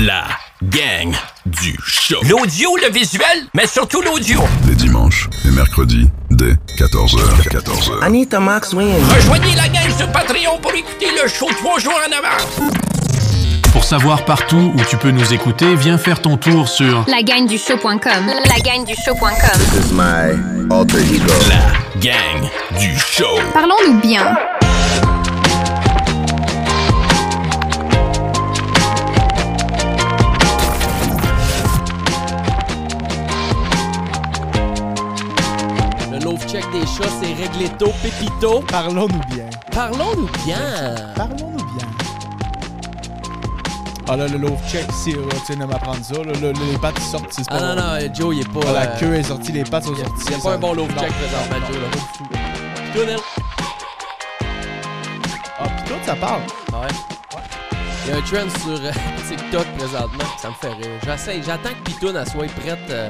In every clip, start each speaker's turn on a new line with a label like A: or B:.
A: La gang du show.
B: L'audio, le visuel, mais surtout l'audio.
C: Les dimanches et mercredis dès 14h. 14h.
D: Anita Max Win.
B: Rejoignez la gang sur Patreon pour écouter le show trois jours en avance.
E: Pour savoir partout où tu peux nous écouter, viens faire ton tour sur
F: lagagnedushow.com. Lagagnedushow.com.
G: is my alter ego.
A: La gang du show.
F: Parlons-nous bien.
H: Le love check des chats, c'est Regletto, Pépito.
I: Parlons-nous bien.
H: Parlons-nous bien.
I: Parlons-nous bien. Ah là, le low check, c'est. euh, Tu viens de m'apprendre ça. Là, là, les pattes sortent, c'est
H: Ah
I: pas
H: non,
I: bon.
H: non, euh, Joe, il est pas.
I: Ah, La
H: euh,
I: queue est sortie, les pattes sont
H: il y a-
I: sorties.
H: Il y a
I: ça-
H: pas un bon love
I: Non.
H: check présentement, Joe, là. pas du tout. Tunnel.
I: Ah, pis toi, ça parle.
H: Ah Ouais. Il y a un trend sur euh, TikTok présentement, puis ça me fait rire. J'essaie, j'attends que Pitoun elle soit prête, euh,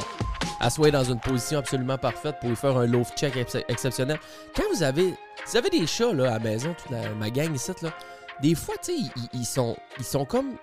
H: elle soit dans une position absolument parfaite pour lui faire un love check ex- exceptionnel. Quand vous avez, vous avez des chats là, à la maison, toute la- ma gang ici, là, des fois, tu sais, ils- ils, ils sont, ils sont comme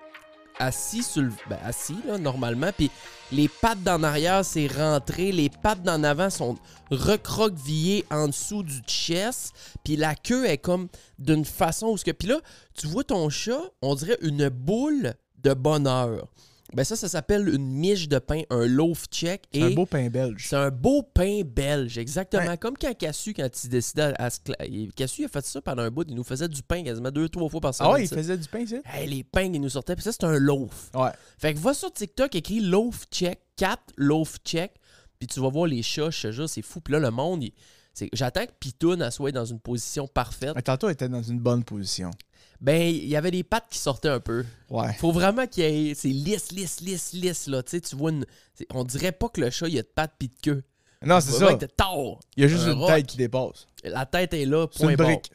H: assis sur le, ben, assis là, normalement, puis les pattes d'en arrière c'est rentré, les pattes d'en avant sont recroquevillées en dessous du chest, puis la queue est comme d'une façon où ce que, puis là tu vois ton chat, on dirait une boule de bonheur. Ben ça, ça s'appelle une miche de pain, un loaf check.
I: C'est
H: et
I: un beau pain belge.
H: C'est un beau pain belge, exactement. Comme quand Cassu, quand il décidait à se... cla- il- Cassu, il a fait ça pendant un bout, il nous faisait du pain quasiment deux, trois fois par semaine.
I: Ah ouais, il
H: ça.
I: faisait du pain, ici?
H: Hey, les pains qui nous sortaient, puis ça, c'est un loaf.
I: Ouais.
H: Fait que va sur TikTok, écris loaf check, 4 loaf check, puis tu vas voir les chats, je te jure, c'est fou. Puis là, le monde, il- c'est- j'attends que Pitoun elle soit dans une position parfaite.
I: Mais tantôt, il était dans une bonne position.
H: Ben, il y avait des pattes qui sortaient un peu.
I: Ouais.
H: Faut vraiment qu'il y ait. C'est lisse, lisse, lisse, lisse, là. Tu sais, tu vois une. c'est- On dirait pas que le chat, il a de pattes pis de queue.
I: Non, c'est ça.
H: tard.
I: Il y a juste
H: un
I: une
H: roc.
I: tête qui dépasse.
H: La tête est là,
I: C'est
H: point
I: une
H: barre.
I: brique.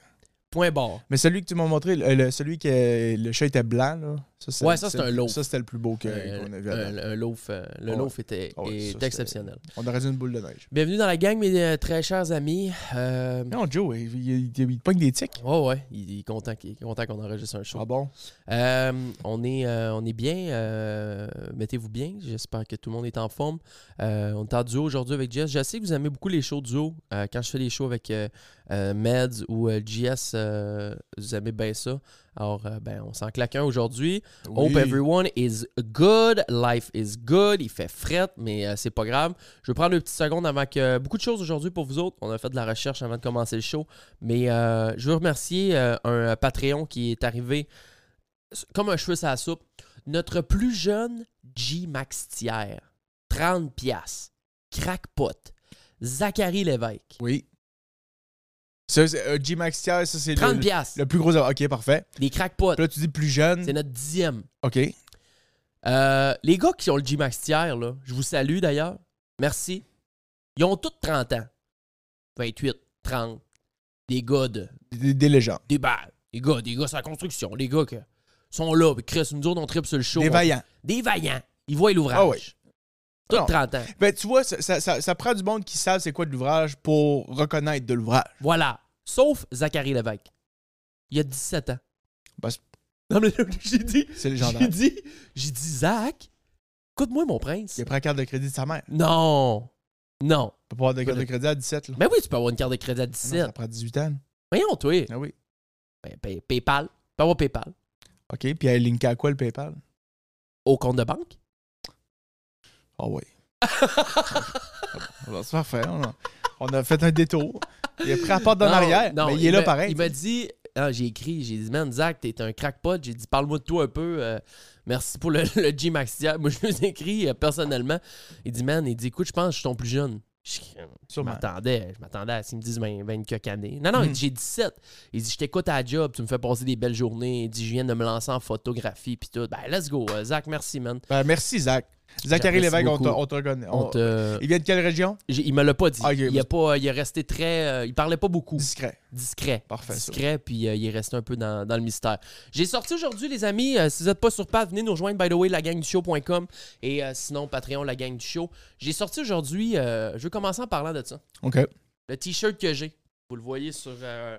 H: Point barre.
I: Mais celui que tu m'as montré, le, le- celui que le chat était blanc, là. Ça,
H: Ouais, ça, c'est un loaf.
I: Ça, c'était le plus beau que-
H: Euh,
I: qu'on a vu.
H: un,
I: avant.
H: un loaf, euh, le
I: Ouais.
H: loaf était
I: Ah ouais,
H: est
I: ça, c'est-
H: exceptionnel.
I: On aurait dû une boule de neige.
H: Bienvenue dans la gang, mes euh, très chers amis. Euh,
I: Non, Joe, il, il, il, il pogne des tics.
H: ouais, ouais, il il est content qu'il- il est content qu'on enregistre un show.
I: Ah bon?
H: Euh, on, est, euh, on est bien. euh, Mettez-vous bien. J'espère que tout le monde est en forme. Euh, on est en duo aujourd'hui avec Jess. Je sais que vous aimez beaucoup les shows duo. Euh, quand je fais les shows avec euh, euh, Meds ou euh, JS, euh, vous aimez bien ça. Alors, euh, ben, on s'en claque un aujourd'hui. Hope everyone is good. Life is good. Il fait fret, mais euh, c'est pas grave. Je vais prendre une petite seconde avant que euh, beaucoup de choses aujourd'hui pour vous autres. On a fait de la recherche avant de commencer le show. Mais euh, je veux remercier euh, un Patreon qui est arrivé s- comme un cheveu à la soupe. Notre plus jeune G Max Thier, 30 pièces, crackpot, Zachary Lévesque,
I: Oui. Ça, c'est- euh, G Max Tier, ça, c'est
H: 30
I: le,
H: pièces,
I: le plus gros. av- Ok, parfait.
H: des crackpots.
I: Puis là, tu dis plus jeune.
H: C'est notre dixième.
I: Ok.
H: Euh, les gars qui ont le G-Max tiers, là, je vous salue d'ailleurs. Merci. Ils ont tous 30 ans. 28, 30. Des gars de.
I: Des, des légendes.
H: Des balles. Des gars, des gars sur la construction. Des gars qui sont là. Puis Chris, nous autres, on tripe sur le show.
I: Des
H: On-
I: vaillants.
H: Des vaillants. Ils voient l'ouvrage.
I: Ah oui.
H: Tous
I: Non.
H: 30 ans.
I: Ben, tu vois, ça, ça- ça- ça prend du monde qui savent c'est quoi de l'ouvrage pour reconnaître de l'ouvrage.
H: Voilà. Sauf Zachary Lévesque. Il a 17 ans.
I: Ben, c'est-
H: non, mais j'ai dit.
I: C'est légendaire.
H: J'ai dit. J'ai dit, Zach, écoute-moi, mon prince.
I: Il prend la carte de crédit de sa mère.
H: Non. Non.
I: Tu peux pas avoir de carte de crédit à 17, là.
H: Mais oui, tu peux avoir une carte de crédit à
I: Non,
H: 17.
I: ça prend 18 ans.
H: Voyons, toi.
I: Ah oui.
H: Ben, pay- PayPal. Pas avoir PayPal.
I: Ok, puis elle est linkée à quoi le PayPal?
H: Au compte de banque.
I: Ah oui. Alors, C'est parfait. On a, on a fait un détour. Il a pris la porte d'en
H: Non,
I: arrière,
H: non,
I: mais il est là
H: m'a-
I: pareil.
H: Il m'a dit, ah, j'ai écrit, j'ai dit, man, Zach, t'es un crackpot. J'ai dit, parle-moi de toi un peu. euh, merci pour le, le G Maxia. Moi, je lui ai écrit euh, personnellement. Il dit, man, il dit, écoute, je pense que je suis ton plus jeune. Je, je
I: Sûrement. Hmm.
H: m'attendais, je m'attendais à s'ils me disent 20, 20 quelques années. Non, non, il dit, j'ai 17. Il dit, je t'écoute à la job, tu me fais passer des belles journées. Il dit, je viens de me lancer en photographie, puis tout. Ben, let's go, euh, Zach, merci, man.
I: Ben, merci, Zach. Zachary
H: J'apprécie
I: Lévesque, on te,
H: beaucoup.
I: on te reconnaît.
H: On
I: On-
H: te-
I: Il vient de quelle région?
H: J'ai- Il me l'a pas dit.
I: Ah, ok,
H: il, a pas, il est resté très. euh, il parlait pas beaucoup.
I: Discret.
H: Discret.
I: Parfait, ça.
H: Discret, puis euh, il est resté un peu dans, dans le mystère. J'ai sorti aujourd'hui, les amis. euh, si vous n'êtes pas sur Pat, venez nous rejoindre, by the way, lagangdushow.com et euh, sinon Patreon, la gang du show. J'ai sorti aujourd'hui, euh, je vais commencer en parlant de ça.
I: OK.
H: Le t-shirt que j'ai. Vous le voyez sur, euh,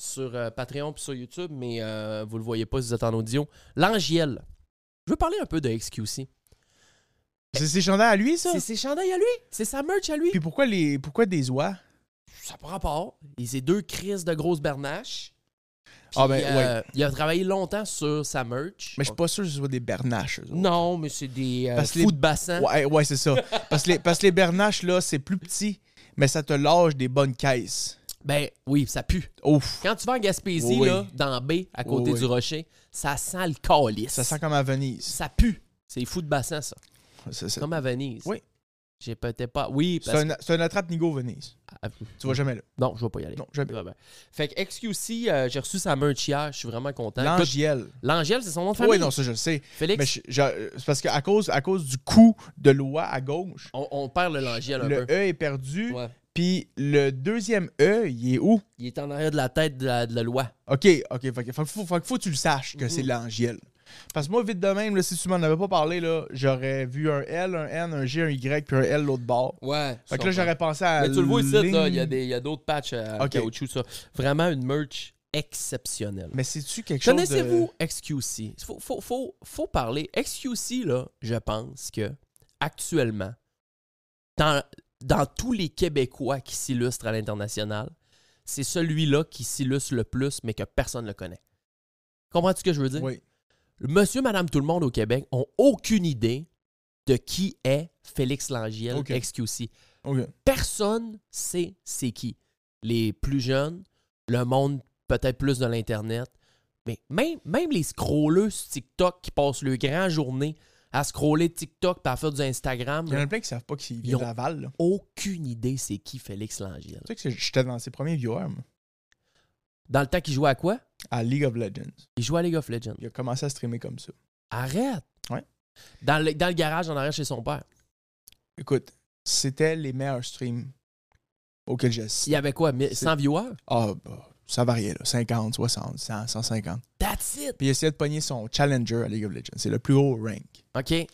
H: sur euh, Patreon puis sur YouTube, mais euh, vous le voyez pas si vous êtes en audio. L'Angiel. Je veux parler un peu de XQC.
I: C'est ses chandails à lui, ça?
H: C'est ses chandails à lui. C'est sa merch à lui.
I: Puis pourquoi, les, pourquoi des oies?
H: ça prend rapport. Et c'est deux crises de grosses bernaches.
I: Ah, ben,
H: Puis, euh, Il a travaillé longtemps sur sa merch.
I: Mais je suis pas sûr que ce soit des bernaches. eux autres.
H: Non, mais c'est des euh,
I: Parce que
H: fous
I: les-
H: de bassin.
I: Ouais, ouais c'est ça. Parce que, les, parce que les bernaches, là, c'est plus petit, mais ça te lâche des bonnes caisses.
H: Ben oui, ça pue.
I: Ouf.
H: Quand tu vas en Gaspésie,
I: Oui.
H: là, dans B, à côté
I: Oui, oui.
H: du rocher, ça sent le calice.
I: Ça sent comme à Venise.
H: Ça pue. C'est fou de bassin, ça.
I: C'est c'est-
H: Comme à Venise.
I: Oui.
H: J'ai peut-être pas. Oui,
I: c'est
H: parce
I: un, c'est un attrape-nigo Venise.
H: que.
I: Tu vas jamais là.
H: Non, je vais pas y aller.
I: Non, jamais.
H: Ouais, ben. Fait que XQC, euh, j'ai reçu sa merch hier. Je suis vraiment content. Euh, Écoute,
I: L'Angiel.
H: L'Angèle, c'est son nom de famille.
I: Oui, non, ça, je le sais.
H: Félix,
I: Mais je- je- c'est parce qu'à cause, à cause du coup de loi à gauche,
H: on, on perd le L'Angèle un
I: le
H: peu.
I: E est perdu,
H: Ouais.
I: puis le deuxième E, il est où?
H: Il est en arrière de la tête de la, de la loi.
I: OK, OK. Fait que faut, faut, faut, faut que tu le saches que
H: Mhm.
I: c'est l'angiel. Parce que moi, vite de même, là, si tu m'en avais pas parlé, là, j'aurais vu un L, un N, un G, un Y, puis un L l'autre bord.
H: Ouais.
I: Fait que là, j'aurais pensé à.
H: Mais tu le vois ici, là, il y a
I: ligne.
H: des- il y a d'autres patchs euh, en
I: Ok.
H: caoutchouc, ça. Vraiment une merch exceptionnelle.
I: Mais c'est-tu quelque chose. de-
H: Connaissez-vous XQC? Faut, faut, faut, faut parler. XQC, là, je pense que actuellement, dans, dans tous les Québécois qui s'illustrent à l'international, c'est celui-là qui s'illustre le plus, mais que personne ne le connaît. Comprends-tu ce que je veux dire?
I: Oui.
H: Monsieur, madame, tout le monde au Québec ont aucune idée de qui est Félix Langiel,
I: Ok.
H: XQC.
I: OK.
H: Personne sait c'est qui. Les plus jeunes, le monde peut-être plus de l'Internet, mais même, même les scrolleux sur TikTok qui passent leur grand journée à scroller TikTok par faire du Instagram,
I: Il y en
H: là,
I: a plein qui savent pas qu'il
H: Ils
I: vient
H: ont-
I: de Laval. là.
H: aucune idée c'est qui Félix Langiel.
I: Tu sais que j'étais dans ses premiers viewers, moi,
H: Dans le temps qu'il jouait à quoi?
I: à League of Legends.
H: Il jouait à League of Legends.
I: Il a commencé à streamer comme ça.
H: Arrête!
I: Ouais.
H: Dans le, dans le garage en arrière chez son père.
I: Écoute, c'était les meilleurs streams auxquels j'ai assisté.
H: Il y avait quoi? mi- 100 viewers?
I: Ah, bah, ça variait, là. 50, 60, 100, 150.
H: That's it!
I: Puis il essayait de pogner son challenger à League of Legends. C'est le plus haut rank.
H: OK.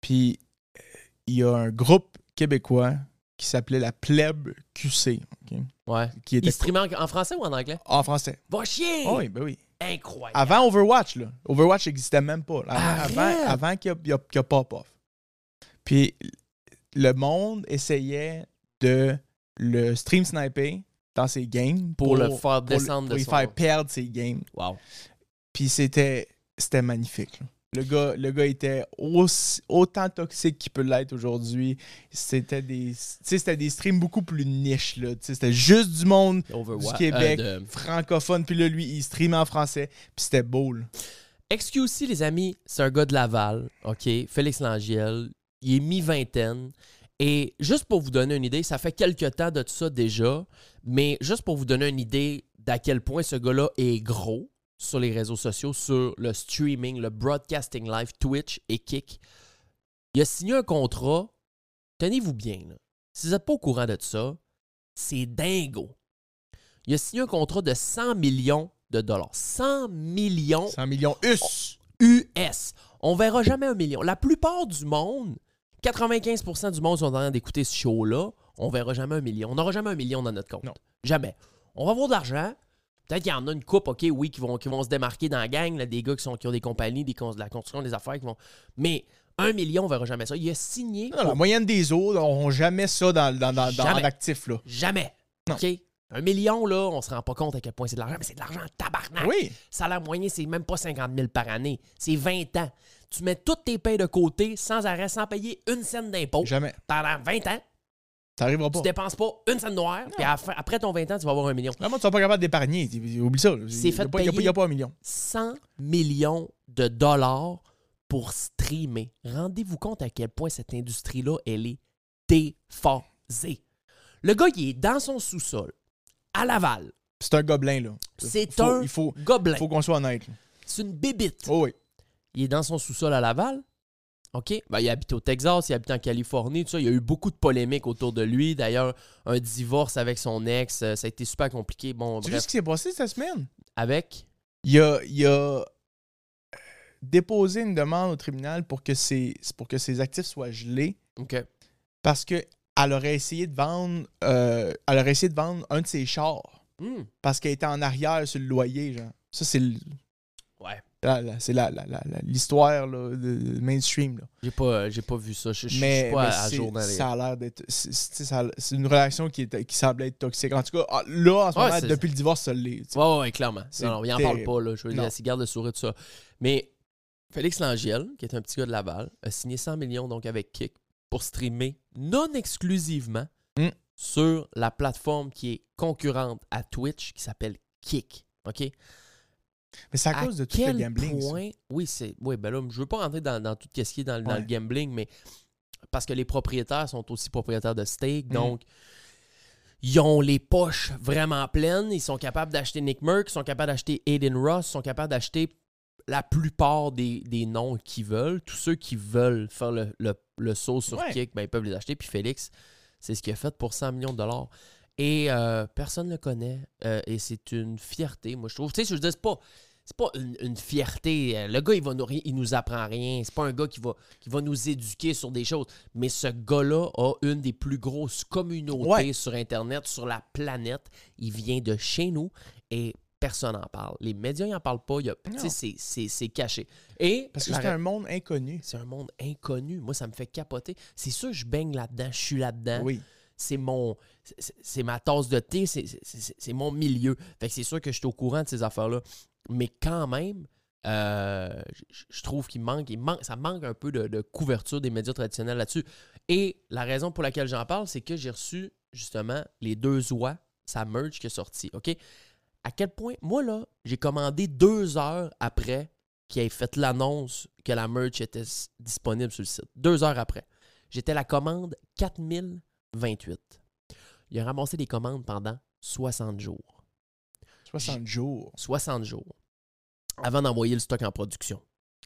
I: Puis euh, il y a un groupe québécois qui s'appelait la Plebe QC. ok?
H: Ouais.
I: Qui était
H: Il streamait en, en français ou en anglais?
I: en français.
H: Va chier!
I: Ah oui, ben oui.
H: Incroyable!
I: Avant Overwatch, là. Overwatch n'existait même pas. là.
H: Arrête!
I: Avant, avant qu'il y a- il y a, qu'il y a Pop-Off. Puis le monde essayait de le stream sniper dans ses games
H: Pour le faire descendre de
I: pour lui
H: son-
I: faire perdre ses games.
H: Wow.
I: Puis c'était c'était magnifique. là. Le gars, le gars était aussi- autant toxique qu'il peut l'être aujourd'hui. C'était des, tu sais, c'était des streams beaucoup plus niches. là. Tu sais, C'était juste du monde
H: Overwatch.
I: du Québec,
H: Euh, de-
I: francophone. Puis là, lui, il stream en français. Puis c'était beau. là.
H: XQC, les amis, c'est un gars de Laval, OK? Félix Langiel. Il est mi-vingtaine. Et juste pour vous donner une idée, ça fait quelques temps de tout ça déjà, mais juste pour vous donner une idée d'à quel point ce gars-là est gros sur les réseaux sociaux, sur le streaming, le broadcasting live, Twitch et Kick, il a signé un contrat. Tenez-vous bien, là. Si vous n'êtes pas au courant de tout ça, c'est dingo. Il a signé un contrat de 100 millions de dollars. 100 millions
I: 100 millions US.
H: US. On verra jamais un million. La plupart du monde, 95% du monde sont en train d'écouter ce show-là. On verra jamais un million. On n'aura jamais un million dans notre compte.
I: Non.
H: Jamais. On va avoir de l'argent. Peut-être qu'il y en a une coupe, OK, oui, qui vont, qui vont se démarquer dans la gang, là, des gars qui, sont, qui ont des compagnies, des, cons- de la construction, des affaires qui vont. Mais un million, on verra jamais ça. Il a signé.
I: Non, Ah, la moyenne des autres n'auront jamais ça dans, dans, dans, dans-
H: Jamais.
I: en actif. Là.
H: Jamais. OK? Un million, là, on se rend pas compte à quel point c'est de l'argent, mais c'est de l'argent en tabarnak.
I: Oui.
H: Salaire moyen, c'est même pas 50 000 par année. C'est 20 ans. Tu mets toutes tes payes de côté sans arrêt, sans payer une scène d'impôt.
I: Jamais.
H: Pendant 20 ans,
I: Ça n'arrivera pas.
H: tu dépenses pas une scène noire, puis à la fin- après ton 20 ans, tu vas avoir un million.
I: Vraiment, tu seras pas capable d'épargner. Oublie ça. là.
H: C'est
I: Il y a
H: fait
I: pas- Il n'y a,
H: payer.
I: pas un million.
H: 100 millions de dollars pour streamer. Rendez-vous compte à quel point cette industrie-là, elle est déphasée. Le gars, il est dans son sous-sol, à Laval.
I: C'est un gobelin. là.
H: C'est
I: Faut-
H: un
I: Il faut,
H: gobelin.
I: faut qu'on soit honnête. là.
H: C'est une bébite.
I: Oh oui.
H: Il est dans son sous-sol à Laval. OK? Ben, il habite au Texas, il habite en Californie, tout ça. Il y a eu beaucoup de polémiques autour de lui. D'ailleurs, un divorce avec son ex, euh, ça a été super compliqué. Bon,
I: Tu sais
H: bref.
I: ce qui s'est passé cette semaine?
H: Avec.
I: Il a, il a euh, déposé une demande au tribunal pour que ses, pour que ses actifs soient gelés
H: OK.
I: parce qu'elle aurait essayé de vendre euh, elle aurait essayé de vendre un de ses chars
H: Hmm.
I: parce qu'elle était en arrière sur le loyer, genre. Ça, c'est le-
H: Ouais.
I: Là, là, C'est la- la- la- la- l'histoire là, de- de mainstream. là.
H: J'ai pas, euh, j'ai pas vu ça. Je je- je suis
I: mais,
H: pas
I: mais
H: à- à
I: c'est-
H: jour dans les-
I: ça a l'air d'être. c'est- C'est ça a- c'est une relation qui, est, qui semble être toxique. En tout cas, ah, là, en ce
H: Ouais,
I: moment,
H: c'est-
I: depuis le divorce, ça l'est. tu sais.
H: Ouais, ouais, ouais, clairement.
I: C'est
H: Non, non, il en parle
I: terrible.
H: pas, là. Je veux dire,
I: Non.
H: il garde le sourire, tout ça. Mais Félix Langiel, qui est un petit gars de Laval, a signé 100 millions, donc avec Kick, pour streamer non exclusivement
I: Mm.
H: sur la plateforme qui est concurrente à Twitch, qui s'appelle Kick. OK?
I: Mais c'est à, cause de tout le
H: quel
I: gambling. ça.
H: point- Oui, c'est. Oui, ben là, je veux pas rentrer dans, dans tout ce qui est dans, dans
I: Ouais.
H: le gambling, mais parce que les propriétaires sont aussi propriétaires de steak,
I: Mm.
H: donc ils ont les poches vraiment pleines. Ils sont capables d'acheter Nick Merck, ils sont capables d'acheter Aiden Ross, ils sont capables d'acheter la plupart des, des noms qu'ils veulent. Tous ceux qui veulent faire le, le, le saut sur
I: Ouais.
H: Kick, ben, ils peuvent les acheter. Puis Félix, c'est ce qu'il a fait pour 100 millions de dollars. Et euh, personne ne le connaît. Euh, et c'est une fierté, moi, je trouve. Tu sais, je veux dire, c'est pas, c'est pas une, une fierté. Euh, Le gars, il, va nous, ri- il nous apprend rien. C'est pas un gars qui va, qui va nous éduquer sur des choses. Mais ce gars-là a une des plus grosses communautés
I: Ouais.
H: sur Internet, sur la planète. Il vient de chez nous et personne n'en parle. Les médias, ils n'en parlent pas. Il y a- tu sais,
I: Non.
H: c'est- C'est c'est caché. Et
I: Parce que
H: la
I: c'est un monde inconnu.
H: c'est un monde inconnu. Moi, ça me fait capoter. C'est sûr, je baigne là-dedans, je suis là-dedans.
I: Oui.
H: C'est mon, c'est- c'est ma tasse de thé, c'est- c'est c'est- c'est mon milieu. Fait que c'est sûr que je suis au courant de ces affaires-là. Mais quand même, euh, je- je trouve qu'il manque, il manque, ça manque un peu de, de couverture des médias traditionnels là-dessus. Et la raison pour laquelle j'en parle, c'est que j'ai reçu justement les deux oies, sa merge qui est sortie. OK? À quel point, moi là, j'ai commandé deux heures après qui avait fait l'annonce que la merch était s- disponible sur le site. Deux heures après. J'étais à la commande 4028. Il a ramassé des commandes pendant 60 jours.
I: 60 jours.
H: 60 jours. Avant d'envoyer le stock en production.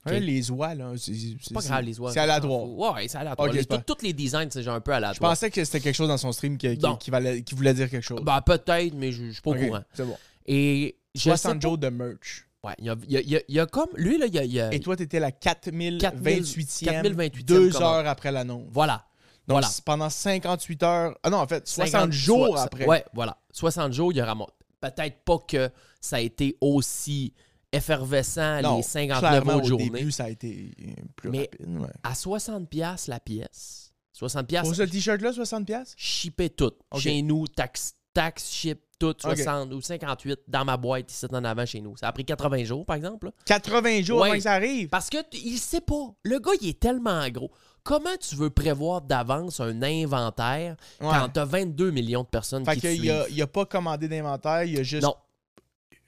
H: Ok.
I: Ouais, les oies, là, c'est
H: C'est pas grave, les oies.
I: C'est
H: on s'en
I: aléatoire.
H: fout. Ouais, ouais, c'est aléatoire.
I: Ok,
H: Les-
I: c'est pas-
H: tout- Toutes les designs, c'est genre un peu
I: Je
H: aléatoire.
I: pensais que c'était quelque chose dans son stream qui, qui-
H: Non.
I: qui valait- qui voulait dire quelque chose.
H: Ben, peut-être, mais je je suis pas
I: Ok,
H: au courant.
I: C'est bon.
H: Et je sais
I: 60
H: pas-
I: jours de merch.
H: Ouais, il y a, il y a- il y a- il y a comme. Lui, là, il y a. il y a-
I: Et toi, t'étais la 4028e,
H: 4028e
I: deux
H: commande.
I: heures après l'annonce.
H: Voilà.
I: Donc,
H: voilà.
I: c'est pendant 58 heures. Ah non, en fait, 60
H: 50
I: jours
H: soi-
I: après.
H: Ouais, voilà. 60 jours, il y aura mon- Peut-être pas que ça a été aussi effervescent
I: Non,
H: les 59
I: clairement,
H: autres
I: au
H: journées.
I: début, ça a été plus
H: Mais-
I: rapide. ouais.
H: À 60 pièces la pièce. 60 pièces
I: Pour ce t-shirt-là, 60 pièces
H: shipper tout.
I: Ok.
H: Chez nous, taxe, taxe, ship, tout,
I: Ok.
H: 60 ou 58 dans ma boîte, ici en avant chez nous. Ça a pris 80 jours, par exemple. là.
I: 80 jours
H: Ouais.
I: avant que ça arrive.
H: Parce que t- il sait pas. Le gars, il est tellement gros. Comment tu veux prévoir d'avance un inventaire
I: Ouais.
H: quand t'as 22 millions de personnes
I: Fait
H: qui te
I: qu'il
H: suivent?
I: n'a a pas commandé d'inventaire, il a juste.
H: Non.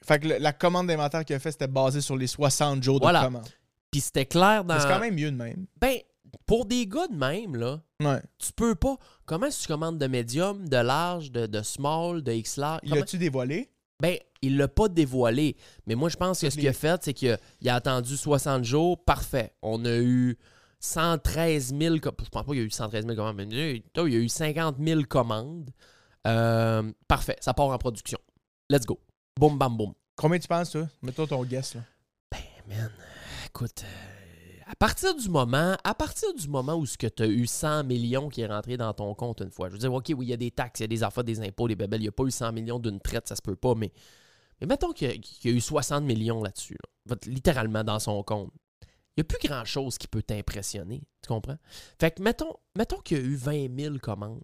I: Fait que le- la commande d'inventaire qu'il a fait, c'était basé sur les 60 jours
H: Voilà.
I: de commande.
H: Puis c'était clair dans...
I: Mais C'est quand même mieux de même.
H: Ben, pour des gars de même, là,
I: Ouais.
H: tu peux pas. Comment est-ce que tu commandes de médium, de large, de, de small, de X large?
I: Il l'a-tu dévoilé?
H: Ben, il l'a pas dévoilé. Mais moi, je pense que ce qu'il a fait, c'est qu'il a, il a attendu 60 jours. Parfait. On a eu 113 000... com- Je pense pas qu'il y a eu 113 000 commandes, mais il y a eu- il y a eu 50 000 commandes. Euh, parfait. Ça part en production. Let's go. Boum, bam, boum.
I: Combien tu penses, toi? Mets-toi ton guess, là.
H: Man, écoute, euh, à partir du moment, à partir du moment où ce que tu as eu 100 millions qui est rentré dans ton compte une fois, je veux dire, OK, oui, il y a des taxes, il y a des affaires, des impôts, des bébelles, il n'y a pas eu 100 millions d'une traite, ça se peut pas, mais, mais mettons qu'il y, a- qu'il y a eu 60 millions là-dessus, là, votre- littéralement dans son compte. Il n'y a plus grand-chose qui peut t'impressionner, tu comprends? Fait que, mettons, mettons qu'il y a eu 20 000 commandes,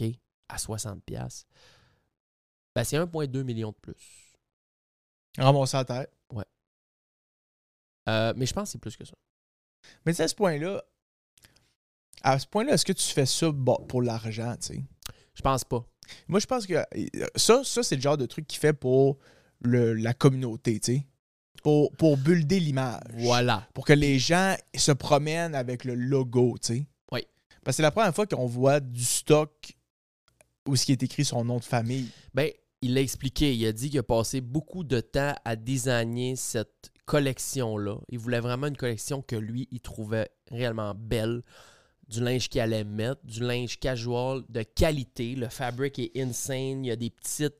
H: OK, à 60 pièces ben c'est 1,2 million de plus.
I: Ramasser la tête.
H: Euh, mais je pense que c'est plus que ça.
I: Mais tu sais, à ce point-là, à ce point-là, est-ce que tu fais ça bon, pour l'argent, tu sais?
H: Je pense pas.
I: Moi, je pense que euh, ça, ça c'est le genre de truc qu'il fait pour le, la communauté, tu sais? Pour, pour builder l'image.
H: Voilà.
I: Pour que les gens se promènent avec le logo, tu sais?
H: Oui.
I: Parce que c'est la première fois qu'on voit du stock où ce qui est écrit son nom de famille.
H: Ben, il l'a expliqué. Il a dit qu'il a passé beaucoup de temps à designer cette collection-là. Il voulait vraiment une collection que lui, il trouvait réellement belle. Du linge qu'il allait mettre, du linge casual de qualité. Le fabric est insane. Il y a des petites,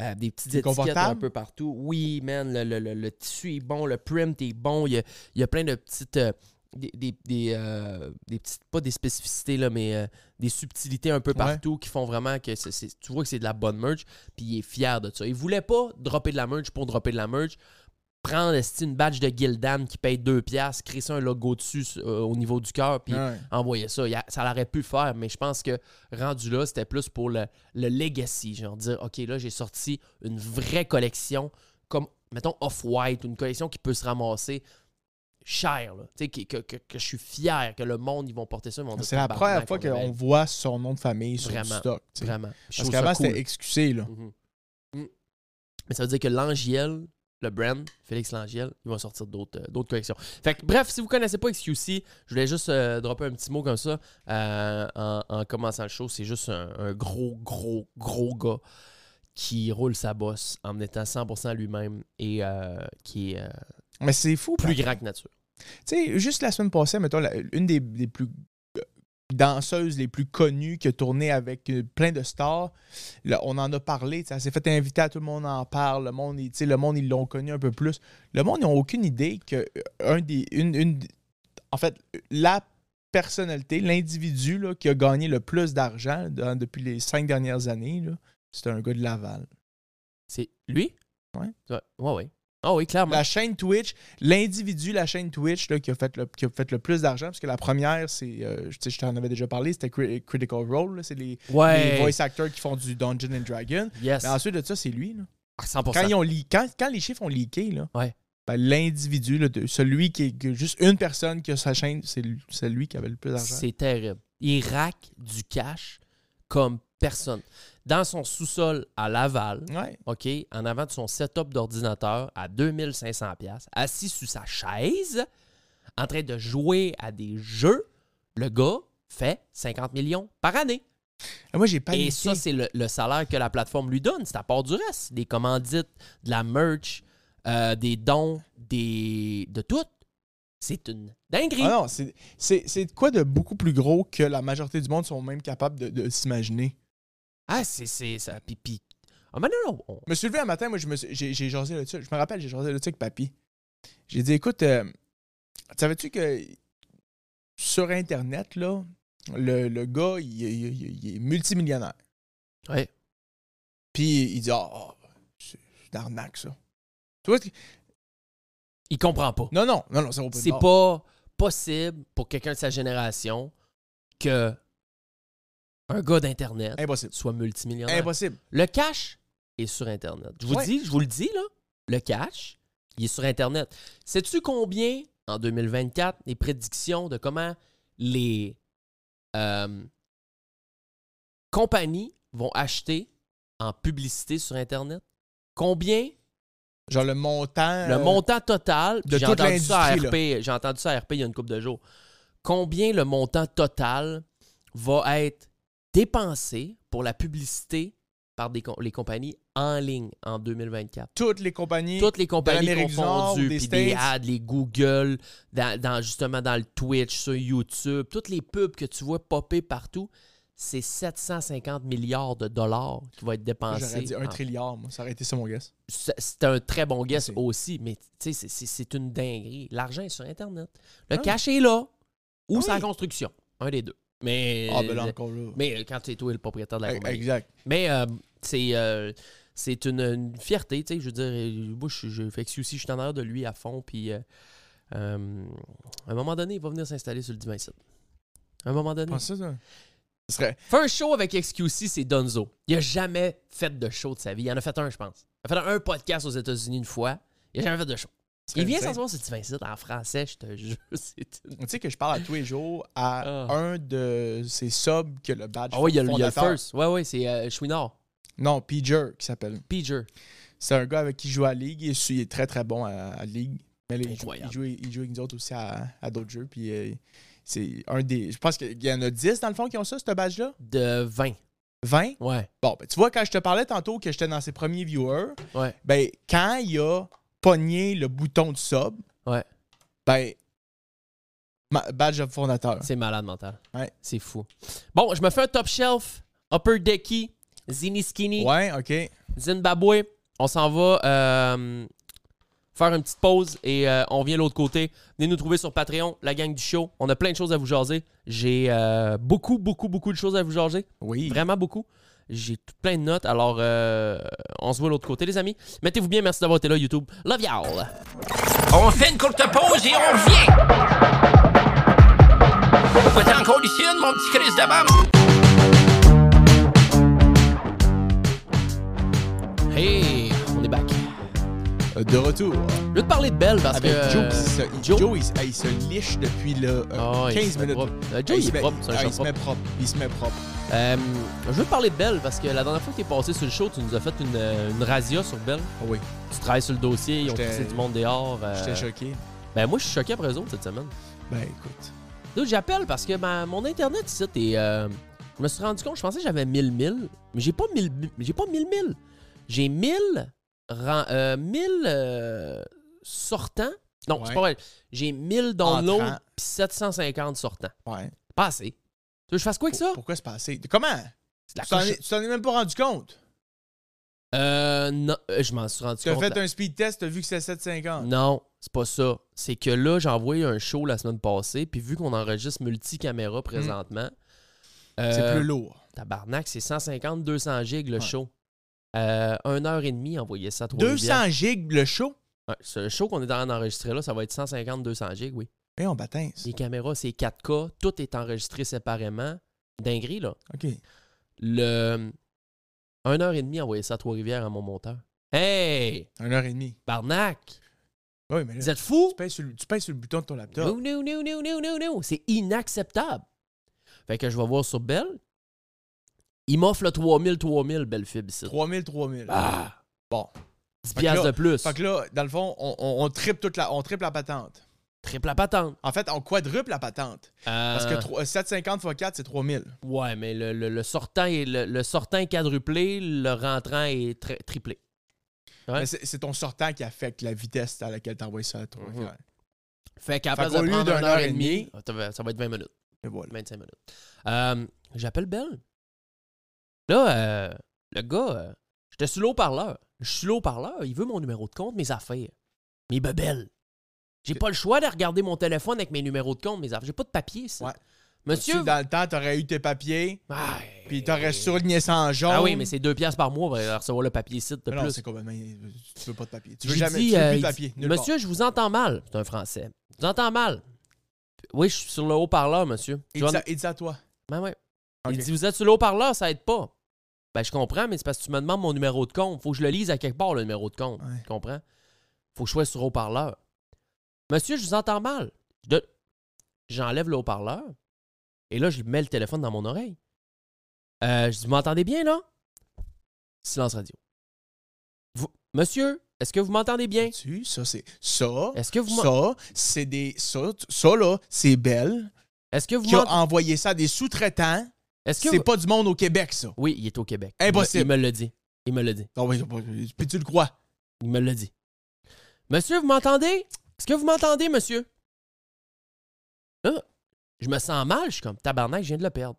H: euh, des petites
I: C'est
H: étiquettes
I: confortable?
H: un peu partout. Oui, man, le, le- le- le tissu est bon, le print est bon. Il y a, il y a plein de petites. euh, des, des, des, euh, des petites, pas des spécificités, là, mais euh, des subtilités un peu partout qui font vraiment que c'est- c'est- tu vois que c'est de la bonne merch, puis il est fier de ça. Il voulait pas dropper de la merch pour dropper de la merch. prendre esti, une badge de Gildan qui paye 2 piastres, créer ça un logo dessus euh, au niveau du cœur, puis
I: Ouais.
H: envoyer ça. Il y a- ça l'aurait pu faire, mais je pense que rendu là, c'était plus pour le, le legacy. Genre dire, OK, là, j'ai sorti une vraie collection, comme, mettons, Off-White, une collection qui peut se ramasser cher, là. Tu sais, qui- que, que, que je suis fier, que le monde, ils vont porter ça. ils vont dire,
I: C'est la
H: Tabarnak,
I: première fois
H: on avait-
I: qu'on voit son nom de famille sur
H: Vraiment.
I: le stock. tu sais.
H: Vraiment. Je
I: Parce
H: trouve
I: qu'avant,
H: ça cool.
I: c'était excusé. Là.
H: Mhm. Mm. Mais ça veut dire que Langiel, le brand, Félix Langiel, ils vont sortir d'autres euh, d'autres collections. Fait que, bref, si vous connaissez pas XQC, je voulais juste euh, dropper un petit mot comme ça euh, en, en commençant le show. C'est juste un, un gros, gros, gros gars qui roule sa bosse en étant 100% lui-même et euh, qui est euh,
I: Mais c'est fou.
H: plus
I: parce-
H: grand que nature.
I: Tu sais, juste la semaine passée, mettons, la- une des, des plus euh, danseuses les plus connues qui a tourné avec euh, plein de stars, là, on en a parlé, tu sais, elle s'est fait inviter, à tout le monde en parle, le monde, il- tu sais, le monde ils l'ont connu un peu plus. Le monde n'a aucune idée que euh, un des, une, une- en fait, la personnalité, l'individu là, qui a gagné le plus d'argent dans- depuis les cinq dernières années, là, c'est un gars de Laval.
H: C'est lui?
I: Ouais.
H: Ouais, ouais. ouais. Ah oui, clairement.
I: La chaîne Twitch, l'individu, la chaîne Twitch là, qui, a fait le, qui a fait le plus d'argent, parce que la première, c'est, euh, je tu sais, je t'en avais déjà parlé, c'était Cri- Critical Role, là, c'est les,
H: ouais.
I: les voice actors qui font du Dungeon and Dragon.
H: Yes.
I: Mais ensuite de ça, c'est lui. là.
H: Ah, 100%.
I: Quand, ils ont leak- quand, quand les chiffres ont leaké, là,
H: Ouais.
I: ben, l'individu, là, de- celui qui est que juste une personne qui a sa chaîne, c'est lui- c'est lui qui avait le plus d'argent.
H: C'est terrible. Il rack du cash comme personne. Dans son sous-sol à Laval,
I: Ouais.
H: OK, en avant de son setup d'ordinateur à 2500 pièces, assis sur sa chaise, en train de jouer à des jeux, le gars fait 50 millions par année.
I: Et Moi, j'ai pas
H: Et ça, c'est le, le salaire que la plateforme lui donne. C'est à part du reste. Des commandites, de la merch, euh, des dons, des de tout. C'est une dinguerie.
I: Ah non, c'est- c'est c'est de quoi de beaucoup plus gros que la majorité du monde sont même capables de- de s'imaginer.
H: Ah, c'est, c'est ça. Puis, puis- Ah, mais non, non. on-
I: Je me suis levé un matin, moi, je me suis- j'ai j'ai jasé là-dessus. Je me rappelle, j'ai jasé là-dessus avec papy. J'ai dit, écoute, euh, savais-tu que sur Internet, là, le, le gars, il, est- il est- il est- il est multimillionnaire.
H: Ouais.
I: Puis il dit, ah, ah, c'est c'est une arnaque, ça. Tu vois, ce que-
H: Il comprend pas.
I: non, non, non, non, ça vaut pas de
H: C'est
I: bord.
H: pas possible pour quelqu'un de sa génération que un gars d'Internet
I: Impossible.
H: soit multimillionnaire.
I: Impossible.
H: Le cash est sur Internet. Je vous
I: eh, Ouais.
H: dis, je vous le dis, là. Le cash, il est sur Internet. Sais-tu combien, en 2024, les prédictions de comment les euh, compagnies vont acheter en publicité sur Internet? Combien
I: Genre le montant.
H: le
I: euh,
H: montant total,
I: de
H: j'ai
I: toute
H: entendu, ça à
I: l'industrie,
H: RP j'ai entendu ça à RP il y a une couple de jours. Combien le montant total va être dépensé pour la publicité par des com- les compagnies en ligne en 2024?
I: Toutes les compagnies.
H: Toutes les compagnies
I: l'Amérique du Nord,
H: confondues,
I: des
H: puis des
I: States.
H: ads, les Google, dans, dans- justement dans le Twitch, sur YouTube, toutes les pubs que tu vois popper partout, c'est 750 milliards de dollars qui vont être dépensés.
I: J'aurais dit un
H: en-
I: trilliard, moi. Ça aurait été ça, mon guess.
H: c'est c'est un très bon guess
I: Merci.
H: aussi, mais tu sais, c'est- c'est c'est une dinguerie. L'argent est sur Internet. Le
I: Ah.
H: cash est là. Ou
I: Ah
H: c'est la
I: oui.
H: construction. Un des deux. Mais,
I: Ah, ben là, encore là. E,
H: mais euh, quand tu es toi le propriétaire de la compagnie.
I: Exact.
H: Mais euh, c'est euh, c'est une, une fierté, tu sais. Je veux dire, euh, moi, je, je fait que aussi, je suis en arrière de lui à fond. Puis euh, euh, à un moment donné, il va venir s'installer sur le Divin Site. À un moment donné.
I: Pense ça, ça. Ce serait.
H: Faire un show avec XQC, c'est Donzo. Il a jamais fait de show de sa vie. Il en a fait un, je pense. Il a fait un podcast aux États-Unis une fois. Il a jamais fait de show.
I: serait
H: Il vient
I: insane.
H: s'asseoir sur Divin Site en français, je te jure. C'est une...
I: Tu sais que je parle à tous les jours à
H: Ah.
I: un de ses subs que le badge
H: Ah ouais, il y a, le- il y a le
I: fondateur.
H: first. Ouais, ouais, c'est euh, Chouinard.
I: Non, Piger qui s'appelle.
H: Piger.
I: C'est un gars avec qui je joue à Ligue. Il est, il est très très bon à, à Ligue. Mais là, il, joue,
H: Incroyable.
I: il joue- il joue avec nous autres aussi à, à d'autres jeux. Puis euh, c'est un des. Je pense qu'il y en a 10 dans le fond qui ont ça, ce badge-là.
H: De 20.
I: 20.
H: Ouais.
I: Bon, ben, tu vois, quand je te parlais tantôt que j'étais dans ses premiers viewers,
H: Ouais.
I: ben quand il a pogné le bouton de sub,
H: Ouais.
I: ben. ma- badge de fondateur.
H: C'est malade mental.
I: Ouais.
H: C'est fou. Bon, je me fais un top shelf. Upper Decky. Zini Skinny.
I: Ouais, ok.
H: Zimbabwe, on s'en va euh, faire une petite pause et euh, on vient de l'autre côté. Venez nous trouver sur Patreon, la gang du show. On a plein de choses à vous jaser. J'ai euh, beaucoup, beaucoup, beaucoup de choses à vous jaser.
I: Oui.
H: Vraiment beaucoup. J'ai tout plein de notes. Alors, euh, on se voit de l'autre côté, les amis. Mettez-vous bien. Merci d'avoir été là, YouTube. Love y'all!
B: On fait une courte pause et on revient. Faut être en condition, mon petit Chris de bam.
H: Hey, on est back.
I: Euh, De retour.
H: Je veux te parler de Belle parce
I: Avec
H: que.
I: Joe qui se, il-
H: euh, Joe-
I: Joe, il, se- il se liche depuis le,
H: Ah, il
I: 15
H: se met
I: minutes.
H: propre. Euh,
I: Ah,
H: Joe, il,
I: se
H: est
I: met-
H: propre, c'est un
I: ah,
H: chat
I: il se
H: propre.
I: met propre. Il se met propre.
H: Euh, je veux te parler de Belle parce que la dernière fois que t'es passé sur le show, tu nous as fait une, euh, une razzia sur Belle.
I: Ah oui,
H: Tu travailles sur le dossier, ils ont
I: J'étais-
H: poussé du monde dehors. euh,
I: j'étais choqué.
H: ben moi, je suis choqué après eux autres cette semaine.
I: Ben écoute.
H: D'autres, j'appelle parce que ma- mon internet ici, t'es. euh, je me suis rendu compte, je pensais que j'avais 1000 1000, mais j'ai pas 1000 mais j'ai pas 1000 1000. J'ai 1000 ren- euh, 1000 euh, sortants. Non, c'est
I: Ouais.
H: pas vrai. J'ai 1000 downloads
I: Entrants.
H: puis 750 sortants.
I: Ouais.
H: Pas assez. Tu veux que je fasse quoi avec ça?
I: Pourquoi c'est passé? Comment?
H: C'est la
I: Tu t'en
H: couche-
I: es- tu t'en es même pas rendu compte.
H: Euh, non, euh, je m'en suis rendu
I: Tu as
H: compte.
I: fait
H: là.
I: un speed test, tu as vu que c'était 750.
H: Non, c'est pas ça. C'est que là, j'ai envoyé un show la semaine passée, puis vu qu'on enregistre multicaméra présentement,
I: Mm. C'est
H: euh,
I: plus lourd.
H: Tabarnak, c'est 150-200 gigs le show. Euh, une heure et demie, envoyez ça à trois
I: 200 gigs le show?
H: Ouais, Ce show qu'on est en train d'enregistrer là, ça va être 150-200 gigs, oui.
I: Eh, on bâtisse.
H: Les caméras, c'est 4K, tout est enregistré séparément. Dinguerie, là.
I: OK.
H: Le... Une heure et demie, envoyez ça à Trois-Rivières à mon monteur. Hey!
I: Un heure et demie.
H: Barnac!
I: Oui, mais là,
H: Vous
I: tu
H: êtes fous?
I: pèses, sur le, tu pèses sur le bouton de ton laptop.
H: Non, non, non, non, non, non, non. C'est inacceptable. Fait que je vais voir sur Bell. Il m'offre le 3000, 3000 Belle Fibre ici.
I: 3000, 3000.
H: Ah!
I: Bon.
H: 10
I: que
H: piastres
I: là-
H: de plus.
I: Fait que là, dans le fond, on, on- on triple toute la, on triple la patente.
H: Triple la patente. Euh,
I: En fait, on quadruple la patente. Parce que trois- euh, 750 x 4, c'est 3000.
H: Ouais, mais le, le- le sortant est, le, le sortant est quadruplé, le rentrant est tri- triplé. Ouais.
I: Mais c'est c'est ton sortant qui affecte la vitesse à laquelle t'envoies ça à toi.
H: Mhm. Fait qu'à
I: Fait
H: place
I: qu'au
H: de
I: lieu
H: prendre
I: d'un
H: une
I: heure
H: heure
I: et
H: et demie,
I: demie,
H: ça va ça va être 20 minutes,
I: Et voilà.
H: 25 minutes. Euh, J'appelle Belle. Là, euh, le gars, euh, j'étais sur l'eau-parleur. Je suis l'eau-parleur, il veut mon numéro de compte, mes affaires. Mes bebelles. J'ai pas le choix de regarder mon téléphone avec mes numéros de compte, mes affaires. J'ai pas de papier, ça.
I: Ouais.
H: Monsieur...
I: Si dans le temps, t'aurais eu tes papiers,
H: Ah,
I: puis t'aurais surligné ça en jaune.
H: ah oui, mais c'est 2 piastres par mois, on va recevoir le papier site de
I: Mais Non,
H: plus.
I: c'est complètement. euh, Tu veux pas de papier. Tu veux
H: J'ai
I: jamais.
H: dit,
I: tu veux
H: euh, il
I: plus de
H: dit,
I: papier. nulle part.
H: monsieur, je vous entends mal. C'est un Français. Je vous entends mal. Oui, je suis sur le haut-parleur, monsieur.
I: Il
H: Je
I: dit
H: vais-
I: à- il dit à toi.
H: Ben ouais.
I: Ok.
H: Il dit, vous êtes sur le haut-parleur, ça aide pas. Ben, je comprends, mais c'est parce que tu me demandes mon numéro de compte. Faut que je le lise à quelque part, le numéro de compte.
I: Ouais.
H: Tu comprends? Faut que je sois sur haut-parleur. Monsieur, je vous entends mal. De- J'enlève le haut-parleur et là, je mets le téléphone dans mon oreille. Euh, je dis, vous m'entendez bien, là? Silence radio. Vous- Monsieur, est-ce que vous m'entendez bien?
I: Tu, ça, c'est. Ça.
H: Est-ce que vous m'en-
I: Ça, c'est des. Ça, tu- ça là, c'est Belle
H: Est-ce que vous
I: qui a
H: m'entendez?
I: envoyé ça à des sous-traitants.
H: Est-ce que
I: C'est
H: vous-
I: pas du monde au Québec, ça.
H: Oui, il est au Québec.
I: Impossible.
H: Il me il me le dit. Il me le dit.
I: Non, mais c'est pas- puis tu le crois.
H: Il me le dit. Monsieur, vous m'entendez? Est-ce que vous m'entendez, monsieur? Là, je me sens mal. Je suis comme tabarnak, je viens de le perdre.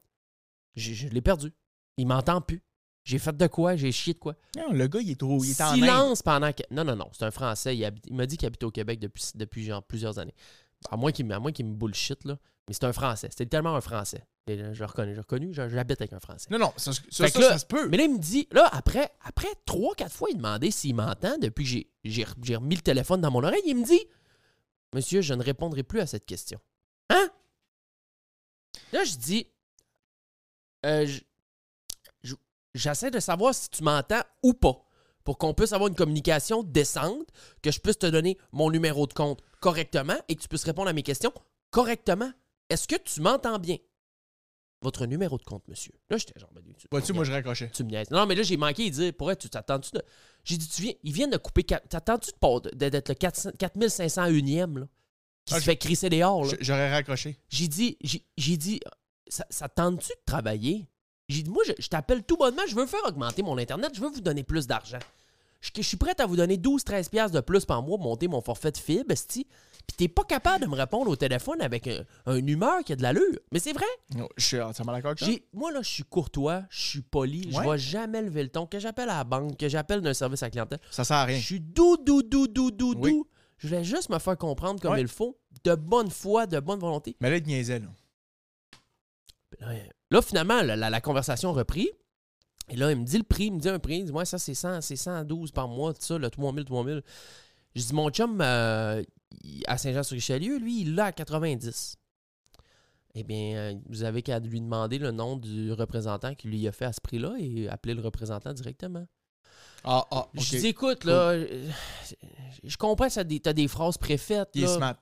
H: Je, je l'ai perdu. Il m'entend plus. J'ai fait de quoi? J'ai chié de quoi?
I: Non, le gars, il est, trop, il est en Inde.
H: Silence pendant que. Non, non, non. C'est un Français. Il, habite- il m'a dit qu'il habite au Québec depuis, depuis genre plusieurs années. À moins qu'il me- à moins qu'il me bullshit, là. Mais c'est un Français. C'était tellement un Français. Et là, je le reconnais. Je le reconnais. je- J'habite avec un Français.
I: Non, non, ça, ça,
H: Fait
I: ça,
H: que là-
I: ça se peut.
H: Mais là, il me dit, là, après, après 3-4 fois, il demandait s'il m'entend depuis que j'ai- j'ai re- j'ai remis le téléphone dans mon oreille. Il me dit Monsieur, je ne répondrai plus à cette question. Hein? Là, je dis Euh, je- je- J'essaie de savoir si tu m'entends ou pas pour qu'on puisse avoir une communication décente, que je puisse te donner mon numéro de compte correctement et que tu puisses répondre à mes questions correctement. Est-ce que tu m'entends bien? Votre numéro de compte, monsieur. Là, j'étais genre, ben, tu-
I: Vois-tu, Bah, moi, je raccrochais.
H: tu me niaises. Non, mais là, j'ai manqué. Il dit, pourrais, tu t'attends-tu de. J'ai dit, tu viens, ils viennent de couper. quatre- T'attends-tu de pas- de- d'être le 400 4501e, là? Qui
I: Ah,
H: se
I: je-
H: fait crisser dehors, là?
I: Je- J'aurais raccroché.
H: J'ai dit, j'ai j'ai dit, ça, ça te tente-tu de travailler? J'ai dit, moi, je, je t'appelle tout bonnement, je veux faire augmenter mon Internet, je veux vous donner plus d'argent. Je, je suis prête à vous donner 12-13$ piastres de plus par mois pour monter mon forfait de fibre, esti. Puis t'es pas capable de me répondre au téléphone avec un, un humeur qui a de l'allure. Mais c'est vrai.
I: Non, Oh, je suis entièrement d'accord avec toi.
H: J'ai- moi, là, je suis courtois, je suis poli, je
I: Hein? Ouais.
H: vais jamais lever le ton. Que j'appelle à la banque, que j'appelle d'un service à clientèle,
I: Ça sert à
H: je
I: rien.
H: suis doux, doux, doux, doux, doux,
I: Oui.
H: doux. Je vais juste me faire comprendre comme
I: Ouais.
H: il faut, de bonne foi, de bonne volonté.
I: Mais là, il niaisait, là.
H: Là, finalement, la, la- la conversation a repris. Et là, il me dit le prix, il me dit un prix. Il dit, ouais, ça, c'est 100, c'est 112 par mois, tout ça, le 3000, 3000. Je dis, mon chum, euh, il- à Saint-Jean-sur-Richelieu, lui, il l'a à 90. Eh bien, euh, vous avez qu'à lui demander le nom du représentant qui lui a fait à ce prix-là et appeler le représentant directement.
I: Ah, ah, ok.
H: Je dis, écoute, là, euh, je comprends que tu as des phrases préfaites.
I: Il est
H: là,
I: smart.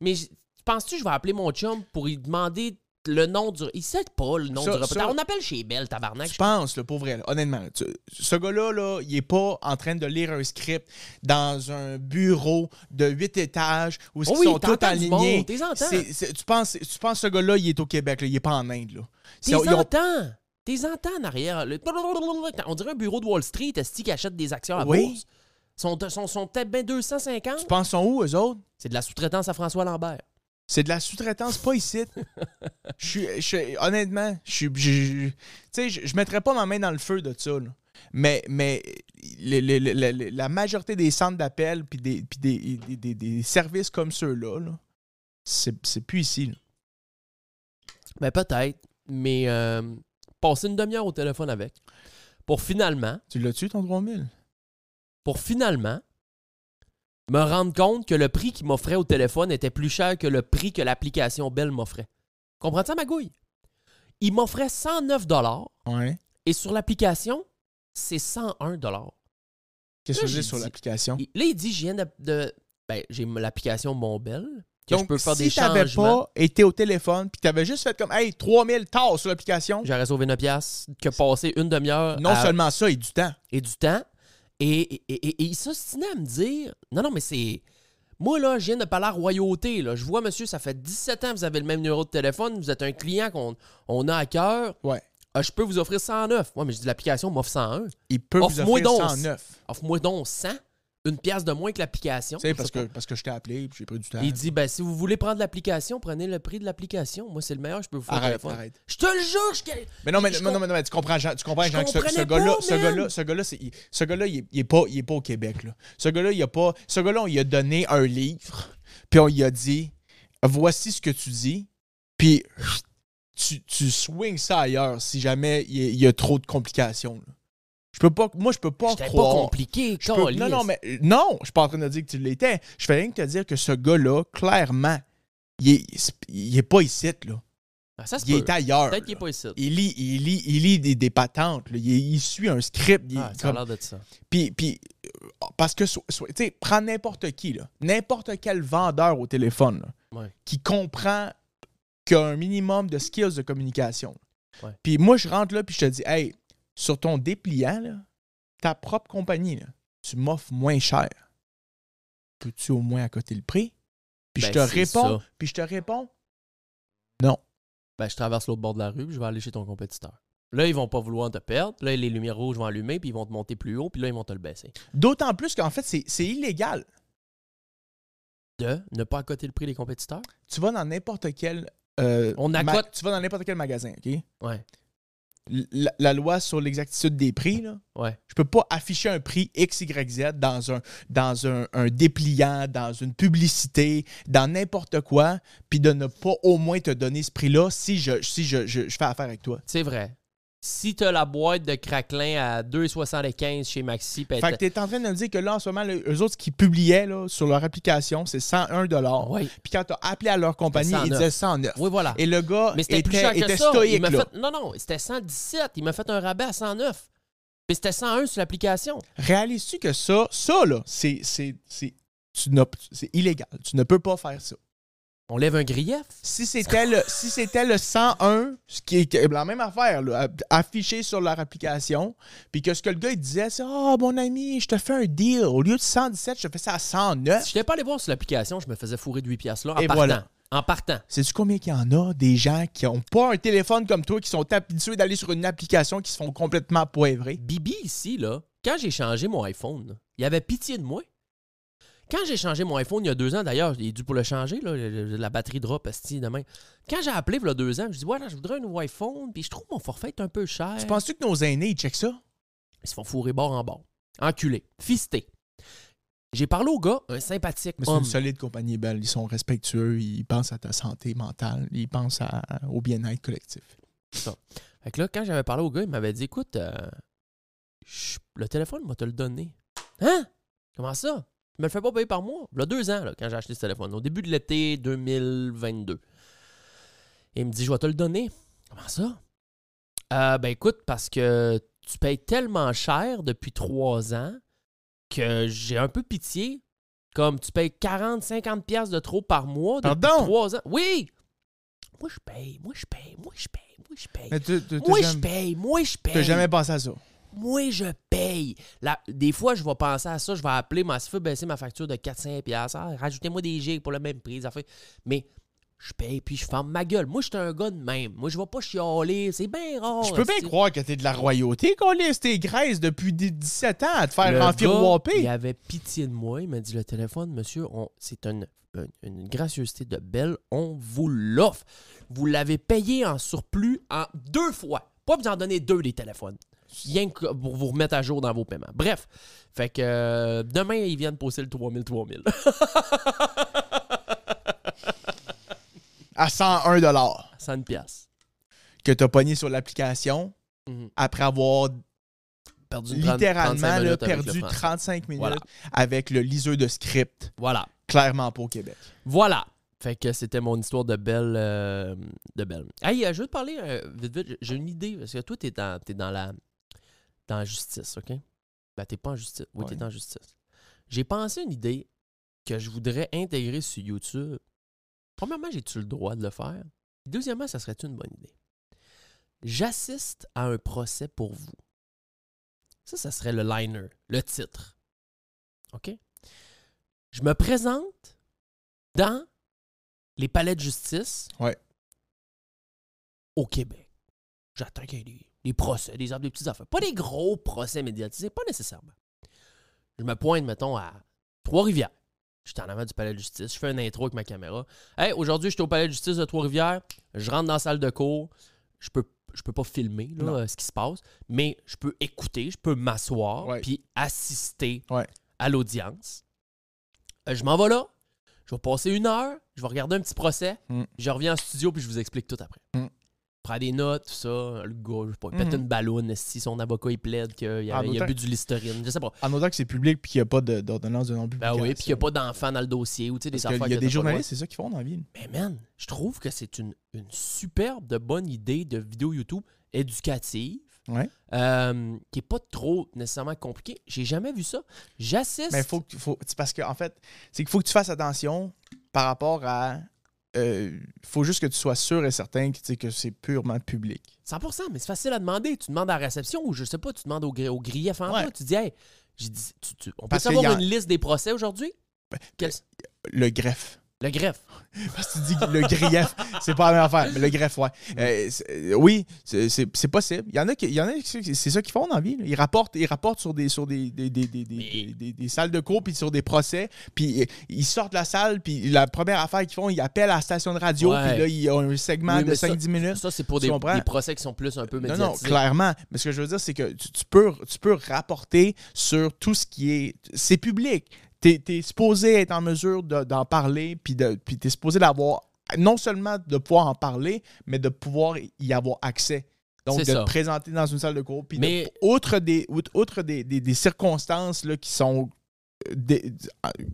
H: mais je- penses-tu que je vais appeler mon chum pour lui demander le nom du. Il sait pas le nom
I: Ça-
H: du représentant.
I: ça-
H: On appelle chez Belle, tabarnak.
I: Tu penses, là, pour vrai, là, honnêtement, là, tu- ce gars-là, là, il est pas en train de lire un script dans un bureau de huit étages où
H: Oh
I: ils
H: oui,
I: sont tous
H: t'entends du
I: alignés.
H: monde, t'es entends.
I: C'est- c'est- Tu penses, tu penses ce gars-là, il est au Québec, là, il est pas en Inde. Là.
H: T'es
I: C'est- ils ont-
H: entends. T'es entends en arrière. Le- On dirait un bureau de Wall Street, esti, qui achète des actions à
I: Oui.
H: bourse. Sont, euh, sont, sont peut-être bien
I: Tu
H: 250.
I: penses sont où, eux autres?
H: C'est de la sous-traitance à François Lambert.
I: C'est de la sous-traitance, pas ici. je suis, je suis- honnêtement, je suis, je- je- tu sais, je, je mettrais pas ma main dans le feu de ça. là. Mais, mais le- le- le- le- le- la majorité des centres d'appel puis des, puis des, des- des- des services comme ceux-là, là, c'est c'est plus ici. là.
H: Ben peut-être, mais euh, passer une demi-heure au téléphone avec. Pour finalement,
I: Tu l'as tué ton 3000?
H: pour finalement me rendre compte que le prix qu'il m'offrait au téléphone était plus cher que le prix que l'application Bell m'offrait. Comprends-tu ça, ma gouille? Il m'offrait 109
I: Ouais.
H: et sur l'application, c'est 101
I: Qu'est-ce que
H: Là,
I: je dis
H: j'ai
I: sur
H: dit-
I: l'application?
H: Il- Là, il dit, je viens de... de- ben, j'ai m- l'application Mon Bell, que
I: Donc,
H: je peux faire
I: si
H: des
I: t'avais
H: changements.
I: pas été au téléphone puis que t'avais juste fait comme, hey, 3000 tasse sur l'application,
H: J'aurais sauvé 9 piastres, que passer une demi-heure
I: non
H: à-
I: seulement ça, et du temps.
H: et du temps. Et, et, et, et il s'ostinait à me dire Non, non, mais c'est. Moi, là, je viens de parler à la royauté. Là. Je vois, monsieur, ça fait 17 ans que vous avez le même numéro de téléphone. Vous êtes un client qu'on on a à cœur.
I: Ouais.
H: Ah, je peux vous offrir 109. Ouais, mais je dis L'application m'offre 101.
I: Il peut vous
H: Offre-moi
I: offrir
H: donc.
I: 109.
H: Offre-moi donc 100. Une pièce de moins que l'application.
I: Tu sais,
H: Je
I: parce
H: sais pas.
I: que, Hein? parce que je t'ai appelé puis j'ai pris du temps.
H: Il dit ben, Si vous voulez prendre l'application, prenez le prix de l'application. Moi, c'est le meilleur, je peux vous faire au
I: Arrête,
H: téléphone.
I: arrête.
H: Je te le jure, je.
I: Mais non, mais,
H: je com-
I: non, non, mais, non, mais tu comprends, Jean, tu comprends,
H: Je
I: Jean, que ce, ce
H: comprenais
I: gars-là,
H: pas,
I: ce
H: man.
I: gars-là, ce gars-là, c'est- il- ce gars-là, il, est- il est pas, il est pas au Québec, là. Ce gars-là, il a pas, ce gars-là, on lui a donné un livre, puis on lui a dit, voici ce que tu dis, puis tu, tu swings ça ailleurs si jamais il y a- il y, a trop de complications. là. Je peux pas, moi, je peux pas
H: C'était pas
I: croire.
H: compliqué.
I: Je peux- non,
H: câlisse.
I: non, mais euh, non, je suis pas en train de dire que tu l'étais. Je fais rien que te dire que ce gars-là, clairement, il est, il est pas ici, là.
H: Ah, ça se
I: Il
H: peut.
I: est ailleurs.
H: Peut-être qu'il
I: là.
H: n'est pas ici.
I: Il lit, il lit, il lit des, des patentes. là. Il, il suit un script. il-
H: Ah, ça a l'air
I: comme-
H: de ça.
I: puis, puis, euh, parce que, so- so- tu sais, prends n'importe qui, là, n'importe quel vendeur au téléphone là,
H: Ouais.
I: qui comprend qu'il a un minimum de skills de communication.
H: Ouais.
I: Puis moi, je rentre là, puis je te dis, hey, sur ton dépliant, là, ta propre compagnie, là, tu m'offres moins cher. Peux-tu au moins accoter le prix? Puis je
H: Ben,
I: te
H: c'est
I: réponds,
H: ça.
I: puis je te réponds,
H: ben, je traverse l'autre bord de la rue, puis je vais aller chez ton compétiteur. Là, ils vont pas vouloir te perdre. Là, les lumières rouges vont allumer, puis ils vont te monter plus haut, puis là, ils vont te le baisser.
I: d'autant plus qu'en fait, c'est c'est illégal.
H: De ne pas accoter le prix des compétiteurs.
I: tu vas dans n'importe quel euh,
H: On
I: ma-
H: accote.
I: tu vas dans n'importe quel magasin, OK?
H: Ouais.
I: L- La, la loi sur l'exactitude des prix, là,
H: Ouais.
I: je peux pas afficher un prix X, Y, Z dans un, dans un, un dépliant, dans une publicité, dans n'importe quoi, puis de ne pas au moins te donner ce prix-là si je, si je, je- je fais affaire avec toi.
H: C'est vrai. Si t'as la boîte de craquelin à 2,75 chez Maxi, pis
I: Fait que t'es en train de me dire que là, en ce moment, les eux autres qui publiaient là, sur leur application, c'est 101
H: Ouais.
I: Puis quand t'as appelé à leur compagnie, ils
H: 109.
I: disaient 109
H: Oui, voilà.
I: Et le gars
H: Mais c'était
I: était,
H: plus cher que
I: était
H: ça.
I: stoïque.
H: Il m'a
I: là.
H: fait- Non, non, c'était 117. Il m'a fait un rabais à 109. Puis c'était 101 sur l'application.
I: Réalises-tu que ça, ça là, c'est c'est- c'est- tu n'as- c'est illégal. Tu ne peux pas faire ça.
H: On lève un grief.
I: Si c'était le, si c'était le 101, ce qui est qui est la même affaire, là, a- affiché sur leur application, puis que ce que le gars il disait, c'est Ah, mon ami, je te fais un deal. Au lieu de 117, je te fais ça à
H: Si
I: 109.
H: j'étais pas allé voir sur l'application, je me faisais fourrer de 8 piastres là en
I: Hein? Et
H: partant.
I: voilà.
H: En partant.
I: Sais-tu combien qu'il y en a des gens qui n'ont pas un téléphone comme toi, qui sont habitués d'aller sur une application, qui se font complètement poivrer?
H: Bibi ici, là, quand j'ai changé mon iPhone, là, il avait pitié de moi. Quand j'ai changé mon iPhone il y a deux ans, d'ailleurs, il est dû pour le changer, là, le- le- la batterie drop, asti, demain. Quand j'ai appelé, il y a deux ans, je dis, voilà, je voudrais un nouveau iPhone, puis je trouve mon forfait est un peu cher.
I: Tu penses-tu que nos aînés, ils checkent ça?
H: Ils se font fourrer bord en bord. Enculé. Fisté. J'ai parlé au gars, un sympathique
I: Mais c'est
H: homme.
I: une solide compagnie belle. Ils sont respectueux, ils pensent à ta santé mentale, ils pensent à- au bien-être collectif.
H: Fait que là, quand j'avais parlé au gars, il m'avait dit, écoute, euh, Chut, le téléphone m'a te le donné. Hein? Comment ça? Tu me le fais pas payer par mois? Il y a deux ans, là, quand j'ai acheté ce téléphone, au début de l'été 2022. Et il me dit, je vais te le donner. Comment ça? Euh, ben écoute, parce que tu payes tellement cher depuis trois ans que j'ai un peu pitié. Comme tu payes 40, 50 pièces de trop par mois depuis
I: Pardon?
H: trois ans. Oui! Moi, je paye, moi, je paye, moi, je paye, moi, je paye.
I: Mais tu- tu- t'as
H: Moi, je
I: jamais-
H: paye, Oh, moi, je paye.
I: t'as jamais pensé à ça.
H: Moi, je paye. La- Des fois, je vais penser à ça, je vais appeler, ma fait baisser ma facture de 400$. piastres. Ah, Rajoutez-moi des gigs pour le même prix. ça fait- Mais je paye, puis je ferme ma gueule. Moi, je suis un gars de même. Moi, je vais pas chialer. C'est bien rare.
I: Je peux bien
H: c'est-
I: croire que t'es de la royauté, Colis. T'es graisse depuis des 17 ans à te faire
H: Le gars, Il
I: enfirouaper.
H: avait pitié de moi. Il m'a dit le téléphone, monsieur, on- c'est une, une, une gracieuseté de belle. On vous l'offre. Vous l'avez payé en surplus en deux fois. Pas vous en donner deux des téléphones. Rien que pour vous remettre à jour dans vos paiements. Bref. Fait que euh, demain, ils viennent poser le 3000 3000.
I: À 101 dollars
H: 100 pièces.
I: que t'as pogné sur l'application
H: Mhm.
I: après avoir
H: Perdu une trente-
I: littéralement
H: 35
I: là,
H: minutes avec le
I: perdu
H: français.
I: 35 minutes
H: Voilà.
I: avec le liseur de script,
H: Voilà.
I: clairement pas au Québec.
H: Voilà. Fait que c'était mon histoire de belle. euh, de belle. Hey, euh, je veux te parler euh, vite, vite. J'ai une idée. Parce que toi, t'es dans, t'es dans la. Dans la justice, OK? Ben, t'es pas en justice. Oui,
I: Ouais.
H: t'es en justice. J'ai pensé une idée que je voudrais intégrer sur YouTube. Premièrement, j'ai-tu le droit de le faire? Deuxièmement, ça serait-tu une bonne idée? J'assiste à un procès pour vous. Ça, ça serait le liner, le titre. OK? Je me présente dans les palais de justice
I: Ouais.
H: au Québec. J'attends qu'il y ait des, des procès, des, des petites affaires. Pas des gros procès médiatisés, pas nécessairement. Je me pointe, mettons, à Trois-Rivières. Je suis en avant du palais de justice. Je fais une intro avec ma caméra. Hey, aujourd'hui, je suis au palais de justice de Trois-Rivières. Je rentre dans la salle de cours. Je peux, je peux pas filmer là,
I: Non.
H: euh, ce qui se passe, mais je peux écouter, je peux m'asseoir
I: Ouais.
H: puis assister
I: Ouais.
H: à l'audience. Euh, je m'en vais là. Je vais passer une heure. Je vais regarder un petit procès.
I: Mm.
H: Je reviens en studio puis je vous explique tout après.
I: Mm.
H: Prends des notes, tout ça. Le gars, je sais pas, il pète
I: Mhm.
H: une ballonne si son avocat il plaide qu'il a,
I: En
H: il a
I: autant-
H: bu du listerine. Je sais pas.
I: En autant que c'est public puis qu'il n'y a pas de- d'ordonnance de
H: Ben
I: non-publication.
H: oui, puis qu'il n'y a pas d'enfant dans le dossier ou tu sais, des
I: Parce
H: affaires
I: qu'il y a
H: que t'as pas
I: des
H: le droit.
I: journalistes, c'est ça qu'ils font dans la ville.
H: Mais man, je trouve que c'est une, une superbe, de bonne idée de vidéo YouTube éducative.
I: Ouais.
H: euh, qui est pas trop nécessairement compliquée. J'ai jamais vu ça. J'assiste.
I: Mais Ben, faut, que- faut c'est parce que en fait, c'est qu'il faut que tu fasses attention par rapport à. euh, faut juste que tu sois sûr et certain que, tu sais, que c'est purement public.
H: 100%, mais c'est facile à demander. Tu demandes à la réception ou je sais pas, tu demandes au, gri- au grief en
I: Ouais.
H: bas, Tu dis, hey, j'ai dit, tu- tu- on peut
I: Parce que
H: savoir
I: y a-
H: une liste des procès aujourd'hui? Quel-
I: Le greffe.
H: Le greffe.
I: Parce que tu dis que le grief, c'est pas la même affaire, mais le greffe, ouais.
H: Mm.
I: Euh, c'est- euh, oui, c'est- c'est c'est possible. Il y en a qui, il y en a qui- c'est ça qu'ils font dans la vie. là. Ils rapportent, ils rapportent sur des, sur des, des, des, des, des- des- des- des salles de cours, puis sur des procès, puis euh, ils sortent de la salle, puis la première affaire qu'ils font, ils appellent à la station de radio,
H: Ouais.
I: puis là, ils ont un segment
H: Oui,
I: de
H: mais ça-
I: 5-10 minutes.
H: Ça, c'est pour
I: Tu
H: des,
I: comprends?
H: des procès qui sont plus un peu
I: Non, non,
H: médiatisés.
I: clairement. Mais ce que je veux dire, c'est que tu, tu peux, tu peux rapporter sur tout ce qui est. C'est public. Tu es, supposé être en mesure de- d'en parler, puis tu es supposé d'avoir. Non seulement de pouvoir en parler, mais de pouvoir y avoir accès. Donc, de
H: C'est ça.
I: te présenter dans une salle de cours. Puis, de-
H: Mais-
I: outre des, out- outre des, des- des circonstances là, qui sont euh, des- euh,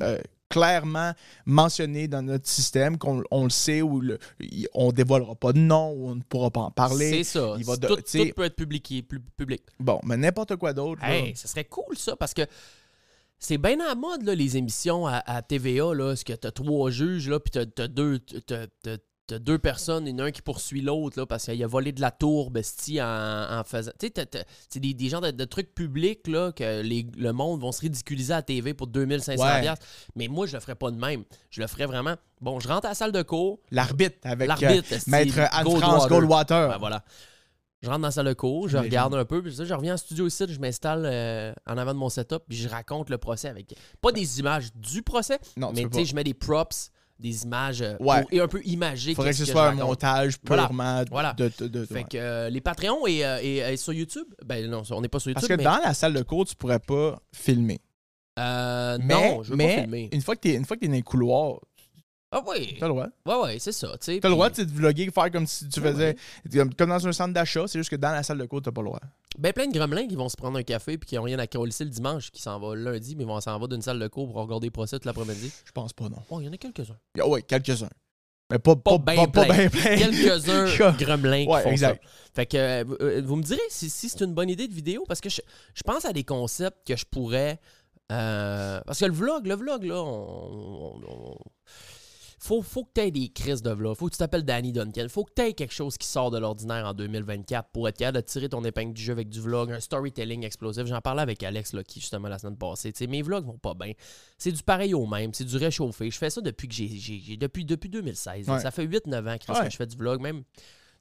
I: euh, clairement mentionnées dans notre système, qu'on on le sait, ou le- y- on ne dévoilera pas de nom, ou on ne pourra pas en parler.
H: C'est ça.
I: Il va de-
H: tout,
I: tu sais-
H: tout peut être publié, plus public.
I: Bon, mais n'importe quoi d'autre. là.
H: Hey, ça serait cool ça, parce que c'est bien à la mode, là, les émissions à, à TVA, là, ce que t'as trois juges, là, puis t'as, t'as deux. t'as- t'as- t'as deux personnes, il y en a un qui poursuit l'autre là, parce qu'il a volé de la tour bestie en, en faisant. Tu sais, t'as- t'as- c'est des, des genres de, de trucs publics là, que les- le monde vont se ridiculiser à la TV pour 2500$.
I: Ouais.
H: piastres. Mais moi, je le ferais pas de même. Je le ferais vraiment. Bon, je rentre à la salle de cours,
I: L'arbitre avec euh,
H: L'arbitre, c'est
I: Maître Anne-France
H: Goldwater.
I: Goldwater.
H: Ben voilà. Je rentre dans la salle de cours, je
I: Une
H: regarde un peu, puis ça, je reviens en studio ici, je m'installe euh, en avant de mon setup, puis je raconte le procès avec. Pas des images du procès,
I: Non, tu
H: mais
I: peux
H: tu sais,
I: pas.
H: je mets des props, des images euh,
I: Ouais.
H: pour- et un peu imagées.
I: Il faudrait que
H: qu'est-ce
I: ce
H: je
I: soit un
H: raconte.
I: montage
H: Voilà.
I: purement
H: Voilà.
I: de. de- de-
H: Fait
I: ouais.
H: que euh, les Patreons et, euh, et- et sur YouTube, ben non, on n'est pas sur YouTube,
I: Parce que
H: mais,
I: dans la salle de cours, tu pourrais pas filmer.
H: euh,
I: mais,
H: non, je veux
I: mais
H: pas filmer.
I: Une fois que t'es une fois que t'es dans les couloirs,
H: Ah oui,
I: t'as le droit.
H: ouais, ouais, c'est ça, tu sais.
I: T'as le droit
H: puis-
I: de te vloguer, faire comme si tu
H: Ouais,
I: faisais. Comme, comme dans un centre d'achat, c'est juste que dans la salle de cours, t'as pas le droit.
H: Ben, plein de gremlins qui vont se prendre un café puis qui n'ont rien à colisser le dimanche, qui s'en vont lundi, mais ils vont s'en va d'une salle de cours pour regarder les procès toute l'après-midi.
I: Je pense pas, non.
H: Oh, il y en a quelques-uns.
I: Ah ouais, quelques-uns. Mais pas,
H: Pas
I: pas,
H: ben
I: pas- pas
H: plein.
I: ben plein.
H: Quelques-uns gremlins qui
I: Ouais,
H: font
I: exact.
H: ça. Fait que euh, vous- euh, vous me direz si, si c'est une bonne idée de vidéo parce que je, je pense à des concepts que je pourrais. euh, parce que le vlog, le vlog, là, on. on- on- faut, faut que tu aies des crises de vlog. Faut que tu t'appelles Danny Duncan. Faut que tu aies quelque chose qui sort de l'ordinaire en 2024 pour être capable de tirer ton épingle du jeu avec du vlog, un storytelling explosif. J'en parlais avec Alex là, qui, justement, la semaine passée. Tu sais, mes vlogs vont pas bien. C'est du pareil au même. C'est du réchauffé. Je fais ça depuis que j'ai. j'ai- j'ai- depuis, depuis 2016.
I: Ouais.
H: Ça fait 8-9 ans Chris,
I: Ouais.
H: que je fais du vlog, même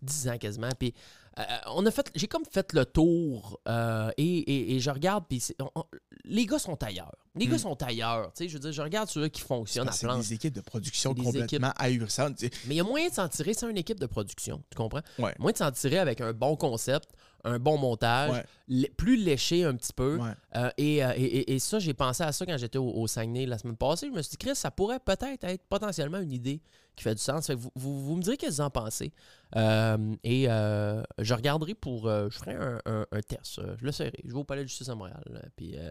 H: 10 ans quasiment. Puis euh, on a fait, j'ai comme fait le tour euh, et, et- et je regarde, puis c'est- on- on- les gars sont ailleurs. Les gars sont ailleurs. Tu sais, je veux dire, je regarde ceux qui fonctionnent à
I: Hmm. Ah, C'est
H: plan.
I: des équipes de production
H: Des
I: complètement ahurissantes. Tu sais,
H: Mais il y a moyen de s'en tirer sans une équipe de production, tu comprends?
I: Ouais.
H: Moyen de s'en tirer avec un bon concept, un bon montage,
I: Ouais.
H: lé- plus léché un petit peu.
I: Ouais.
H: Euh, et, euh, et- et- et ça, j'ai pensé à ça quand j'étais au, au Saguenay la semaine passée. Je me suis dit, Chris, ça pourrait peut-être être potentiellement une idée qui fait du sens. Fait que vous, vous- vous me direz qu'est-ce que vous en pensez. Euh, et euh, je regarderai pour. euh, je ferai un, un- un test. euh, Je le serai. Je vais au Palais de justice à Montréal. là, Puis euh,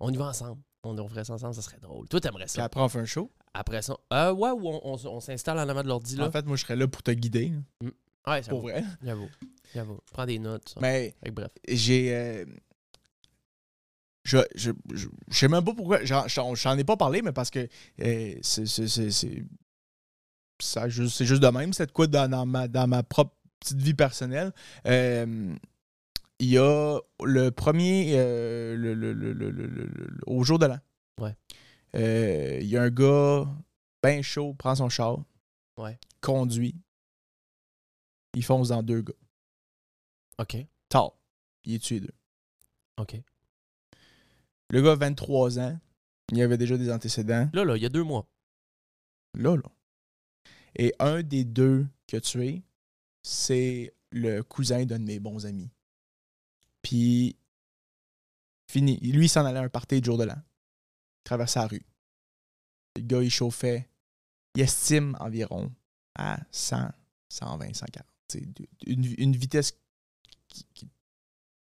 H: on y va ensemble. On, on ferait ça ensemble, ça serait drôle. Toi, t'aimerais
I: Puis
H: ça.
I: après, on fait un show.
H: Après ça. Euh, ouais, ou on, on s- on s'installe en avant de l'ordi là.
I: En fait, moi, je serais là pour te guider,
H: ouais, ça
I: pour
H: vaut.
I: vrai.
H: J'avoue. J'avoue. Prends des notes. ça.
I: Mais
H: Fait que bref.
I: j'ai. euh, je, je, je, je sais même pas pourquoi. J'en, j'en- j'en ai pas parlé, mais parce que euh, c'est, c'est, c'est, c'est- ça, ju- c'est juste de même. C'est de quoi dans, dans ma, dans ma propre petite vie personnelle. Euh, il y a le premier. euh, le, le- le- le- le- le- le- au jour de l'an.
H: Ouais.
I: Euh, il y a un gars, ben chaud, prend son char.
H: Ouais.
I: Conduit. Il fonce dans deux gars.
H: OK.
I: Tard. Il est tué deux.
H: OK.
I: Le gars, 23 ans, il avait déjà des antécédents.
H: Là, là, il y a deux mois.
I: Là, là. Et un des deux que tu es, c'est le cousin d'un de mes bons amis. Puis, fini. Lui, il s'en allait à un party de jour de l'an. Il traversait la rue. Le gars, il chauffait, il estime environ à 100, 120, 140. C'est une, une vitesse qui- qui,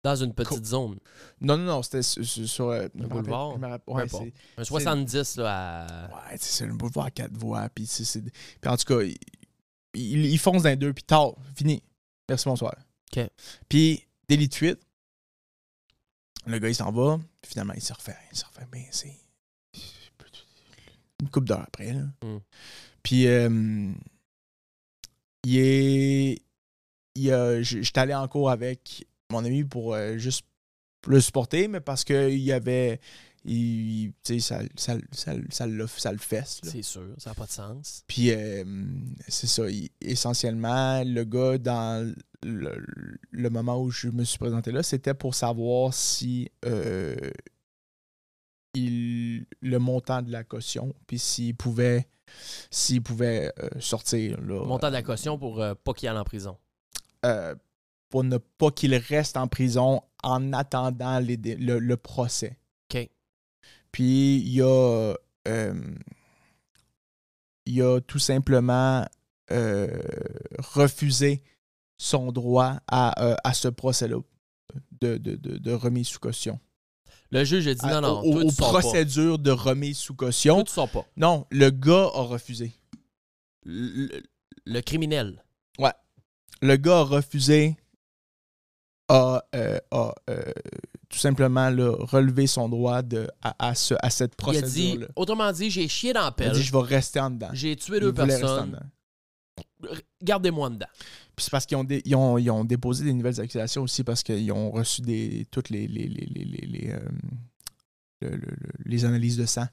H: Dans une petite
I: Co-
H: zone.
I: Non, non, non, c'était sur, sur- sur, euh, je me rappelle-
H: boulevard.
I: je me rappelle-
H: Peu
I: ouais,
H: importe.
I: c'est-
H: Un 70, là, à...
I: Ouais, tu sais, c'est le boulevard à quatre voies. Puis, c'est- c'est- puis en tout cas, il, il- il fonce dans les deux, puis tard, fini. Merci, bonsoir.
H: OK.
I: Puis, délit de fuite. Le gars, il s'en va. Puis finalement, il se refait. Il se refait. Ben, c'est. Une couple d'heures après, là.
H: Mm.
I: Puis, euh, il est. il a- j- J'étais allé en cours avec mon ami pour euh, juste le supporter, mais parce qu'il y avait. il- tu sais, ça, ça, ça, ça le- ça le fesse. là.
H: C'est sûr, ça n'a pas de sens.
I: Puis euh, c'est ça, il- essentiellement, le gars, dans le, le moment où je me suis présenté là, c'était pour savoir si euh, il, le montant de la caution, puis s'il pouvait, s'il pouvait euh, sortir. Là,
H: Montant de la caution pour euh, pas qu'il aille en prison.
I: euh, pour ne pas qu'il reste en prison en attendant les dé- le, le procès.
H: OK.
I: Puis il y a, euh, il y a tout simplement euh, refusé son droit à, euh, à ce procès-là de, de- de- de remise sous caution.
H: Le juge a dit non,
I: À-
H: non,
I: Ah, au-
H: toi,
I: aux
H: tu sors pas.
I: procédures de remise sous
H: Toi,
I: caution.
H: tu sors pas.
I: Non, le gars a refusé.
H: Le, le criminel.
I: le gars a refusé, a, euh, a, euh, tout simplement là, relevé son droit de, à, à ce- à cette
H: Il a dit,
I: procédure-là.
H: autrement dit, j'ai chié dans la
I: Il a
H: pelle.
I: dit, je vais rester en dedans.
H: J'ai tué
I: Il
H: deux
I: voulait rester en
H: personnes.
I: dedans.
H: R- Gardez-moi en dedans.
I: Puis c'est parce qu'ils ont, dé- ils ont, ils ont déposé des nouvelles accusations aussi parce qu'ils ont reçu des, toutes les, les, les, les, les, les, euh, le- le- le- les analyses de sang.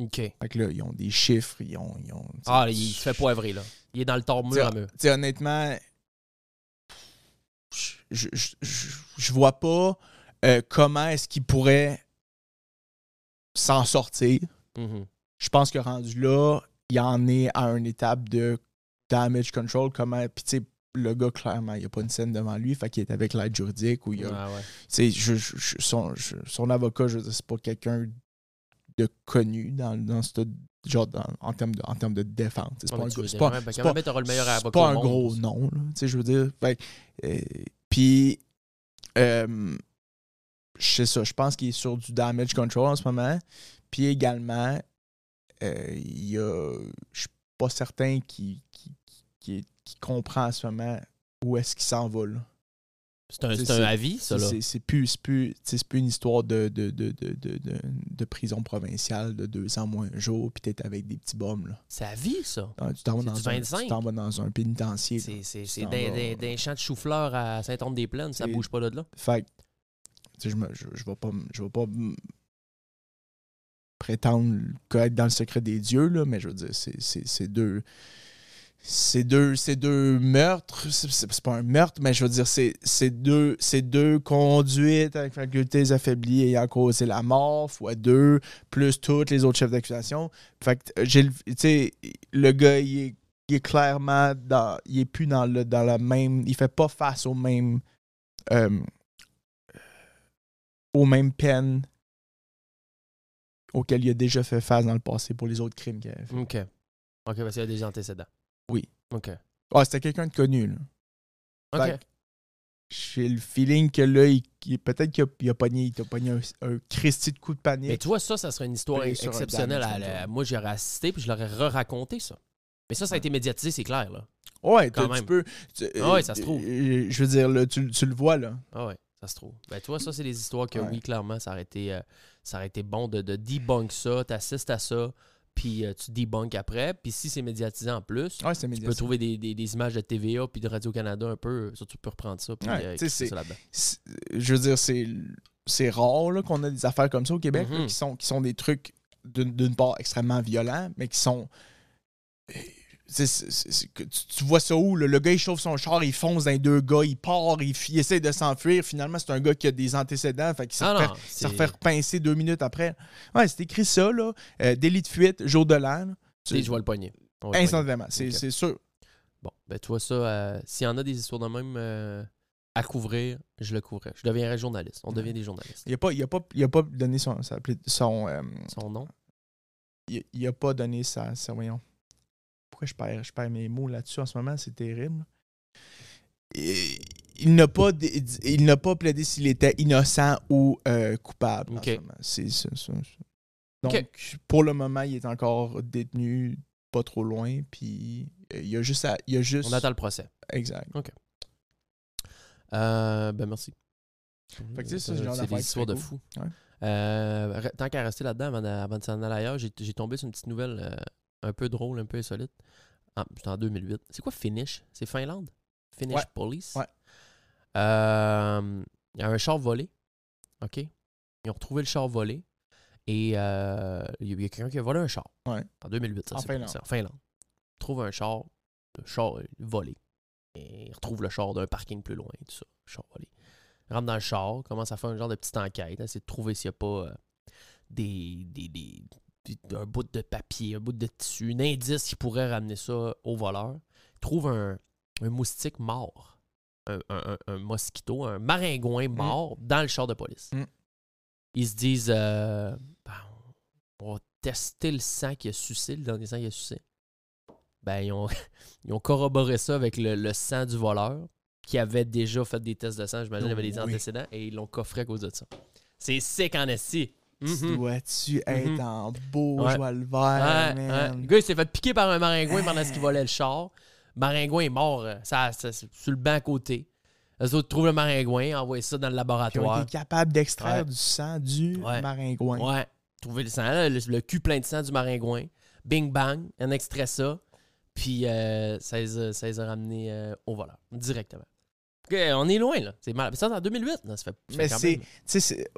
H: OK.
I: Fait que là, ils ont des chiffres, ils ont... ils ont-
H: Ah, il se fait poivrer, là. Il est dans le tort mur à mur.
I: Tu sais, honnêtement, je, je, je, je vois pas euh, comment est-ce qu'il pourrait s'en sortir.
H: Mhm.
I: Je pense que rendu là, il en est à une étape de damage control. Comment. Puis tu sais, le gars, clairement, il n'y a pas une scène devant lui, fait qu'il est avec l'aide juridique ou il y a
H: Ah, ouais.
I: c'est je- je- je- son, je- son avocat, je veux dire, c'est pas quelqu'un de connu dans, dans ce genre dans- en termes de, en termes de défense. C'est
H: Ah,
I: pas
H: mais
I: un
H: tu
I: gros-
H: veux
I: c'est
H: dire,
I: pas-
H: ouais, ben,
I: c'est
H: quand
I: pas-
H: même, t'auras le meilleur
I: c'est
H: avocat
I: pas
H: au
I: un
H: monde.
I: gros nom, là, tu sais, je veux dire. Fait que, euh, ben, puis euh, je sais ça, je pense qu'il est sur du damage control en ce moment. Puis également, euh, il y a, je suis pas certain qu'il qu'il- qu'il- qu'il comprend en ce moment où est-ce qu'il s'en va. là.
H: C'est un,
I: C'est-
H: c'est un
I: c'est-
H: avis, ça, là.
I: C'est c'est plus, c'est plus, tu sais, c'est plus une histoire de, de, de, de, de, de- de prison provinciale de deux ans moins un jour, puis t'es avec des petits bombes. Là.
H: C'est avis, ça.
I: Ah, Tu t'en vas
H: C'est
I: dans,
H: du
I: un-
H: 25.
I: tu t'en vas dans un pénitencier. là.
H: C'est c'est- c'est
I: t'en
H: d'un
I: vas-
H: d'un- d'un champ de chou-fleur à Saint-Anne-des-Plaines, ça
I: C'est-
H: bouge pas là de là.
I: Fait que, tu sais, je me- je je vais pas m- je vais pas m- prétendre être dans le secret des dieux, là, mais je veux dire, c'est- c'est c'est deux. Ces deux, c'est deux meurtres, c'est- c'est c'est pas un meurtre, mais je veux dire, c'est c'est deux, c'est deux conduites avec facultés affaiblies ayant causé la mort, fois deux, plus toutes les autres chefs d'accusation. Fait que, euh, j'ai le- tu sais, le gars, il est, il est clairement dans, il est plus dans le, dans la même, il fait pas face au même, euh, aux mêmes peines auxquelles il a déjà fait face dans le passé pour les autres crimes qu'il avait fait.
H: OK. OK, parce qu'il y a des antécédents.
I: Oui.
H: OK.
I: Ah, c'était quelqu'un de connu, là.
H: OK.
I: Fait que J'ai le feeling que là, il, il- peut-être qu'il a, il a pogné, il t'a pogné un, un Christy de coup de panique.
H: Mais tu vois, ça, ça serait une histoire
I: Play sur un
H: exceptionnelle.
I: damage
H: à la-
I: control.
H: Moi, j'aurais assisté puis je l'aurais re-raconté, ça. Mais ça, ça a été médiatisé, c'est clair, là.
I: ouais,
H: quand
I: t'as- tu
H: même.
I: peux. tu-
H: Ah ouais, ça se trouve.
I: euh, je veux dire, là, tu, tu le vois, là.
H: Ah ouais, ça se trouve. Ben, tu vois, ça, c'est des histoires que,
I: Ouais.
H: oui, clairement, ça aurait été, euh, ça aurait été bon de, de debunk ça, t'assistes à ça, puis euh, tu debunk après. Puis si c'est médiatisé en plus,
I: Ouais, c'est
H: tu peux trouver des, des- des images de TVA puis de Radio-Canada un peu. Ça, tu peux reprendre ça puis
I: Ouais,
H: euh,
I: tu
H: crisser
I: sais, c'est-
H: ça là-dedans.
I: c'est- je veux dire, c'est, c'est rare là, qu'on a des affaires comme ça au Québec, là,
H: Mhm.
I: qui, sont, qui sont des trucs d'une, d'une part extrêmement violents, mais qui sont. eh, c'est- c'est- c'est- que tu, tu vois ça où? là? Le gars, il chauffe son char, il fonce dans les deux gars, il part, il, fi- il essaie de s'enfuir. Finalement, c'est un gars qui a des antécédents, fait qu'il s'est
H: Ah
I: fait-
H: non,
I: se
H: c'est-
I: refaire pincer deux minutes après. Ouais, c'est écrit ça, là. Euh, délit de fuite, jour de l'âne.
H: tu sais, je vois le poignet. On va le poignet.
I: Instantanément, c'est,
H: Ok.
I: c'est sûr.
H: Bon, ben tu vois ça, euh, s'il y en a des histoires de même euh, à couvrir, je le couvrais. Je deviendrais journaliste. On devient des journalistes.
I: Il n'a pas, il a pas, il a pas donné son. sa- son euh,
H: Son nom?
I: il, il a pas donné sa, sa- voyons. Pourquoi je perds, je perds mes mots là-dessus en ce moment, c'est terrible. Et- il n'a pas dé- il n'a pas plaidé s'il était innocent ou euh, coupable. en
H: Ok.
I: ce moment. C'est ça, ça, ça. Donc
H: Ok.
I: pour le moment, il est encore détenu pas trop loin puis euh, il y a juste à- il y a juste
H: On attend le procès.
I: exact.
H: Euh, ben merci.
I: Fait que tu sais, ça,
H: Euh,
I: c'est le genre d'affaire
H: des
I: qui
H: histoires
I: fait
H: de
I: cool.
H: fou.
I: Ouais.
H: Euh, re- tant qu'à rester là-dedans avant, de, avant de s'en aller ailleurs, j'ai j'ai tombé sur une petite nouvelle euh, un peu drôle, un peu insolite. En, c'est en 2008. C'est quoi Finish? C'est Finlande? Finnish
I: Ouais.
H: Police?
I: Ouais.
H: Euh, Il y a un char volé. OK? Ils ont retrouvé le char volé. Et euh, il y a- il y a quelqu'un qui a volé un char.
I: Ouais.
H: En 2008, ça
I: En
H: c'est pas-
I: Finlande.
H: c'est En Finlande. Ils trouvent un char, le char euh, volé. Et ils retrouvent le char d'un parking plus loin, tout ça. Le char volé. Ils rentrent dans le char, commencent à faire un genre de petite enquête, essayer de trouver s'il n'y a pas euh, des, des- des- des- un bout de papier, un bout de tissu, un indice qui pourrait ramener ça au voleur. Ils trouvent un, un moustique mort, un, un- un- un mosquito, un maringouin mort dans le char de police.
I: Mm.
H: Ils se disent euh, Ben, on va tester le sang qu'il a sucé, le dernier sang qu'il a sucé. Ben, ils ont, ils ont corroboré ça avec le, le sang du voleur qui avait déjà fait des tests de sang, j'imagine, il avait des
I: Oh, Oui.
H: antécédents, et ils l'ont coffré à cause de ça. C'est sick en esti.
I: Tu Dois-tu être
H: Mhm.
I: en beau
H: Ouais.
I: joie le vert,
H: Ouais, ouais.
I: Ah, man?
H: Le gars, il s'est fait piquer par un maringouin pendant qu'il volait le char. Le maringouin est mort euh, ça, ça- sur le banc à côté. Les autres trouvent le maringouin, envoient ça dans le
I: Puis on
H: laboratoire.
I: était capable d'extraire
H: Ouais.
I: du sang du
H: Ouais.
I: maringouin.
H: Ouais. Trouver le sang, là, le, le cul plein de sang du maringouin. Bing bang, on extrait ça. Puis euh, ça, les a, ça les a ramenés euh, au voleur, directement. Ok, on est loin, là. C'est mal. Ça, c'est en 2008. là. Ça fait, ça fait
I: Mais
H: quand
I: c'est,
H: même-
I: tu sais, c'est.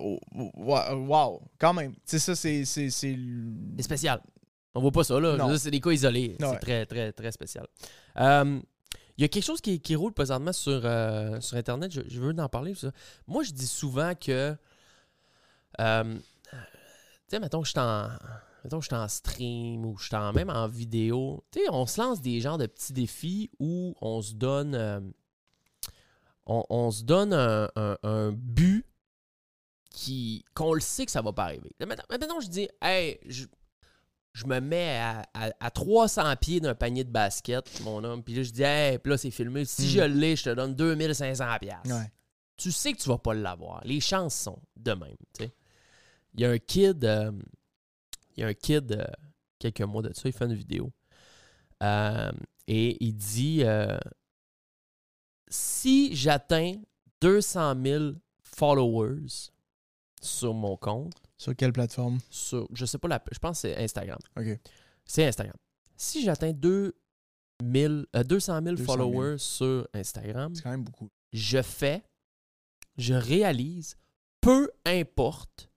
I: oh, Wow, oh, wow, quand même. Tu sais, ça, c'est. c'est, c'est...
H: C'est spécial. On voit pas ça, là. Je
I: Non.
H: veux dire, C'est des cas isolés.
I: Ouais.
H: C'est très, très, très spécial. Euh, Il y a quelque chose qui, qui roule présentement sur, euh, sur Internet. Je, je veux en parler. ça. Moi, je dis souvent que. euh, tu sais, mettons que je suis en. Mettons que je suis en stream ou je suis en- même en vidéo. Tu sais, on se lance des genres de petits défis où on se donne. euh, on, on se donne un, un- un but qui qu'on le sait que ça va pas arriver. Maintenant, maintenant, je dis, hey, je, je me mets à, à- à 300 pieds d'un panier de basket, mon homme, puis là, je dis, hey, puis là, c'est filmé. Si
I: Mm.
H: je l'ai, je te donne 2500 pièces.
I: Ouais.
H: tu sais que tu vas pas l'avoir. Les chances sont de même. tu sais. Il y a un kid, euh, il y a un kid, euh, quelques mois de ça, il fait une vidéo. Euh, et il dit euh, Si j'atteins 200 000 followers sur mon compte,
I: Sur quelle plateforme?
H: sur, je sais pas, la, je pense que c'est Instagram.
I: OK.
H: C'est Instagram. Si j'atteins 2000, euh, 200 000
I: 200 000.
H: followers sur Instagram,
I: C'est quand même beaucoup.
H: je fais, je réalise, peu importe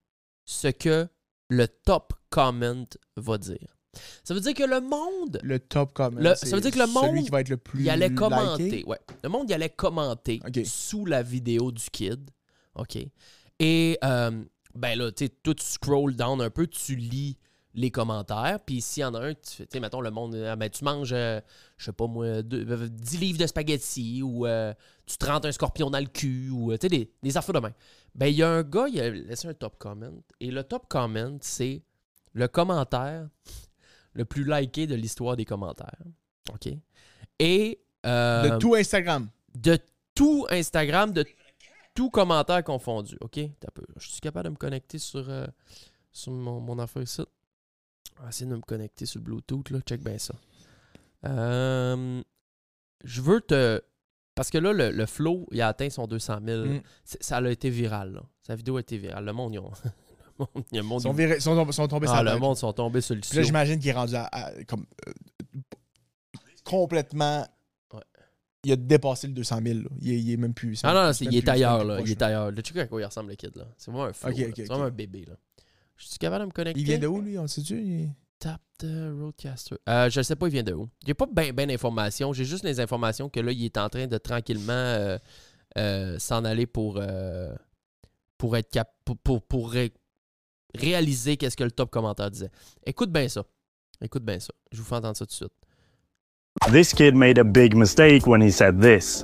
H: ce que le top comment va dire. Ça veut dire que le monde,
I: Le top comment.
H: Le-
I: c'est
H: ça veut dire que le
I: celui
H: monde,
I: qui va être le plus
H: il allait
I: liké.
H: commenter. Ouais. Le monde, il allait commenter
I: Ok.
H: sous la vidéo du kid. OK. Et, euh, ben là, tu sais, toi, tu scroll down un peu, tu lis les commentaires. Puis s'il y en a un, tu fais, tu sais, mettons, le monde, ah, ben, tu manges, euh, je sais pas moi, deux- euh, 10 livres de spaghettis ou euh, tu te rentres un scorpion dans le cul ou, euh, tu sais, des, des affaires de main. Ben, il y a un gars, il a laissé un top comment. Et le top comment, c'est le commentaire le plus liké de l'histoire des commentaires. OK? Et.
I: De
H: euh,
I: tout Instagram.
H: de tout Instagram, de tout commentaire confondu. OK? T'as peu. Je suis capable de me connecter sur, euh, sur mon, mon affaire ici. On va essayer de me connecter sur le Bluetooth, là. Check bien ça. Euh, je veux te. Parce que là, le, le flow, il a atteint son 200 000.
I: Mm.
H: C'est- Ça a été viral, là. Sa vidéo a été virale. Le monde, ils ont. le monde, le monde,
I: Ils sont,
H: ils-
I: virés- sont tom- sont tombés
H: Ah,
I: sur la
H: le
I: tête.
H: monde sont tombés sur le
I: Puis là,
H: slow.
I: j'imagine qu'il est rendu à, à- comme, euh, complètement.
H: Ouais.
I: Il a dépassé le 200 000. là. Il, est, il est même plus.
H: Ah non, non, c'est-
I: même
H: il est
I: plus-
H: ailleurs,
I: même
H: là.
I: plus
H: Il est
I: proche,
H: ailleurs. Le check à quoi il ressemble, le kid, là. C'est vraiment un flow.
I: Ok,
H: là.
I: ok,
H: C'est
I: ok.
H: vraiment un bébé, là. Je suis capable de me connecter.
I: Il vient de où, lui On le sait-tu Il est-
H: Tap the Roadcaster. Euh, je ne sais pas, il vient de où. J'ai pas bien ben d'informations. J'ai juste les informations que là, il est en train de tranquillement euh, euh, s'en aller pour, euh, pour être cap pour, pour, pour ré- réaliser qu'est-ce que le top commentaire disait. Écoute bien ça. Écoute bien ça. Je vous fais entendre ça tout de suite.
D: This kid made a big mistake when he said this.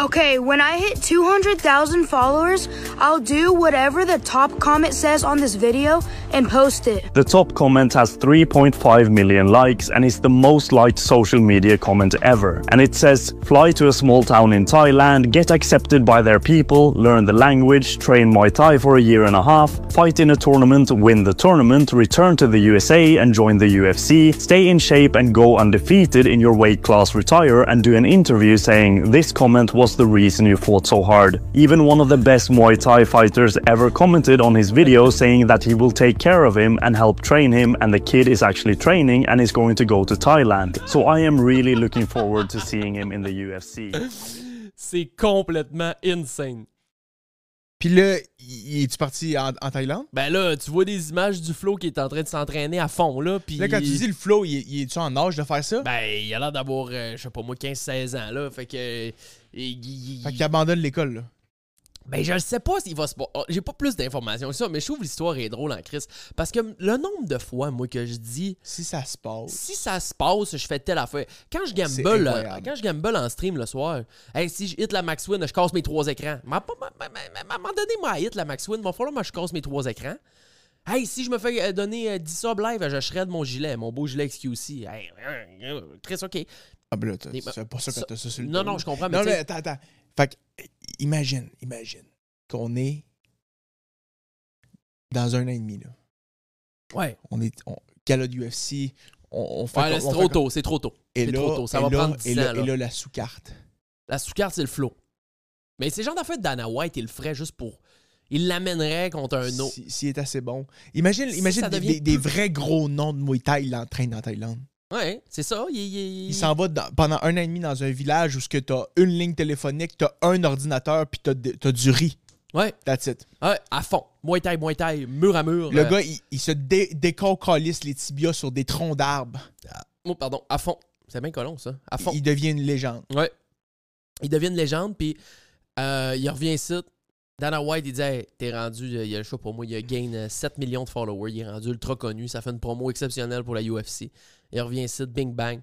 J: Okay, when I hit 200,000 followers, I'll do whatever the top comment says on this video and post it.
D: The top comment has 3.5 million likes and is the most liked social media comment ever. And it says, fly to a small town in Thailand, get accepted by their people, learn the language, train Muay Thai for a year and a half, fight in a tournament, win the tournament, return to the USA and join the UFC, stay in shape and go undefeated in your weight class, retire and do an interview saying, this comment was the reason you fought so hard. Even one of the best Muay Thai fighters ever commented on his video saying that he will take care of him and help train him and the kid is actually training and is going to go to Thailand. So I am really looking forward to seeing him in the UFC.
H: C'est complètement insane.
I: Puis là, il est parti en, en Thaïlande
H: Ben là, tu vois des images du flow qui est en train de s'entraîner à fond, là. Puis
I: Là, quand tu dis le flow, il, est- il est-tu en âge de faire ça
H: Ben, il a l'air d'avoir, euh, je sais pas moi, 15-16 ans, là. Fait que. euh, il- il-
I: Fait qu'il abandonne l'école, là.
H: Ben, je ne sais pas s'il va se. pa- oh, J'ai pas plus d'informations que ça, mais je trouve l'histoire est drôle en crise. Parce que le nombre de fois, moi, que je dis,
I: Si ça se passe.
H: si ça se passe, je fais telle affaire. Quand je
I: C'est
H: gamble, euh,
I: incroyable.
H: quand je gamble en stream le soir, hey, si je hit la max win, je casse mes trois écrans. Mais à pas- mais- mais- mais- mais à un moment donné, moi, à hit la max win, il va falloir que je casse mes trois écrans. Hey, si je me fais euh, donner euh, 10 subs live, je shred mon gilet, mon beau gilet XQC. Hey, euh, euh, Chris, OK.
I: Ah, ben là, t'as-
H: Des-
I: c'est pas ça que
H: ça-
I: t'as ça sur le
H: Non,
I: dos,
H: non,
I: là.
H: je comprends, mais
I: Non,
H: tu
I: mais
H: sais-
I: attends, attends. Fait que, imagine, imagine qu'on est dans un an et demi, là.
H: Ouais.
I: On est. On, gala du UFC. On, on fait.
H: Ouais, là,
I: on
H: c'est
I: fait
H: trop
I: comme-
H: tôt, c'est trop tôt.
I: Et
H: c'est
I: là,
H: trop tôt, ça
I: et
H: va
I: là,
H: prendre 10
I: et là,
H: ans, là.
I: Et là, la sous-carte.
H: La sous-carte, c'est le flow. Mais c'est le genre d'affaire de Dana White, il le ferait juste pour. Il l'amènerait contre un autre.
I: Si- S'il est assez bon. Imagine,
H: Si
I: imagine
H: ça
I: des,
H: devient
I: des- des
H: plus-
I: vrais gros noms de Muay Thai, il l'entraîne en Thaïlande.
H: Ouais, c'est ça. Il, il-
I: Il s'en va dans- pendant un an et demi dans un village où ce que t'as une ligne téléphonique, t'as un ordinateur, puis t'as de- t'as du riz.
H: Ouais,
I: That's it.
H: ouais, à fond. Muay Thai, Muay Thai, mur à mur.
I: Le
H: euh,
I: gars, il, il se dé déconcolisse les tibias sur des troncs d'arbres.
H: oh, pardon, à fond. C'est bien colon, ça. À fond.
I: Il devient une légende.
H: Ouais. Il devient une légende, puis euh, il revient ici. Dana White, il dit Hey, T'es rendu, euh, il a, je sais pas moi, il a gain euh, 7 millions de followers, il est rendu ultra connu, ça fait une promo exceptionnelle pour la UFC. Il revient ici, bing bang,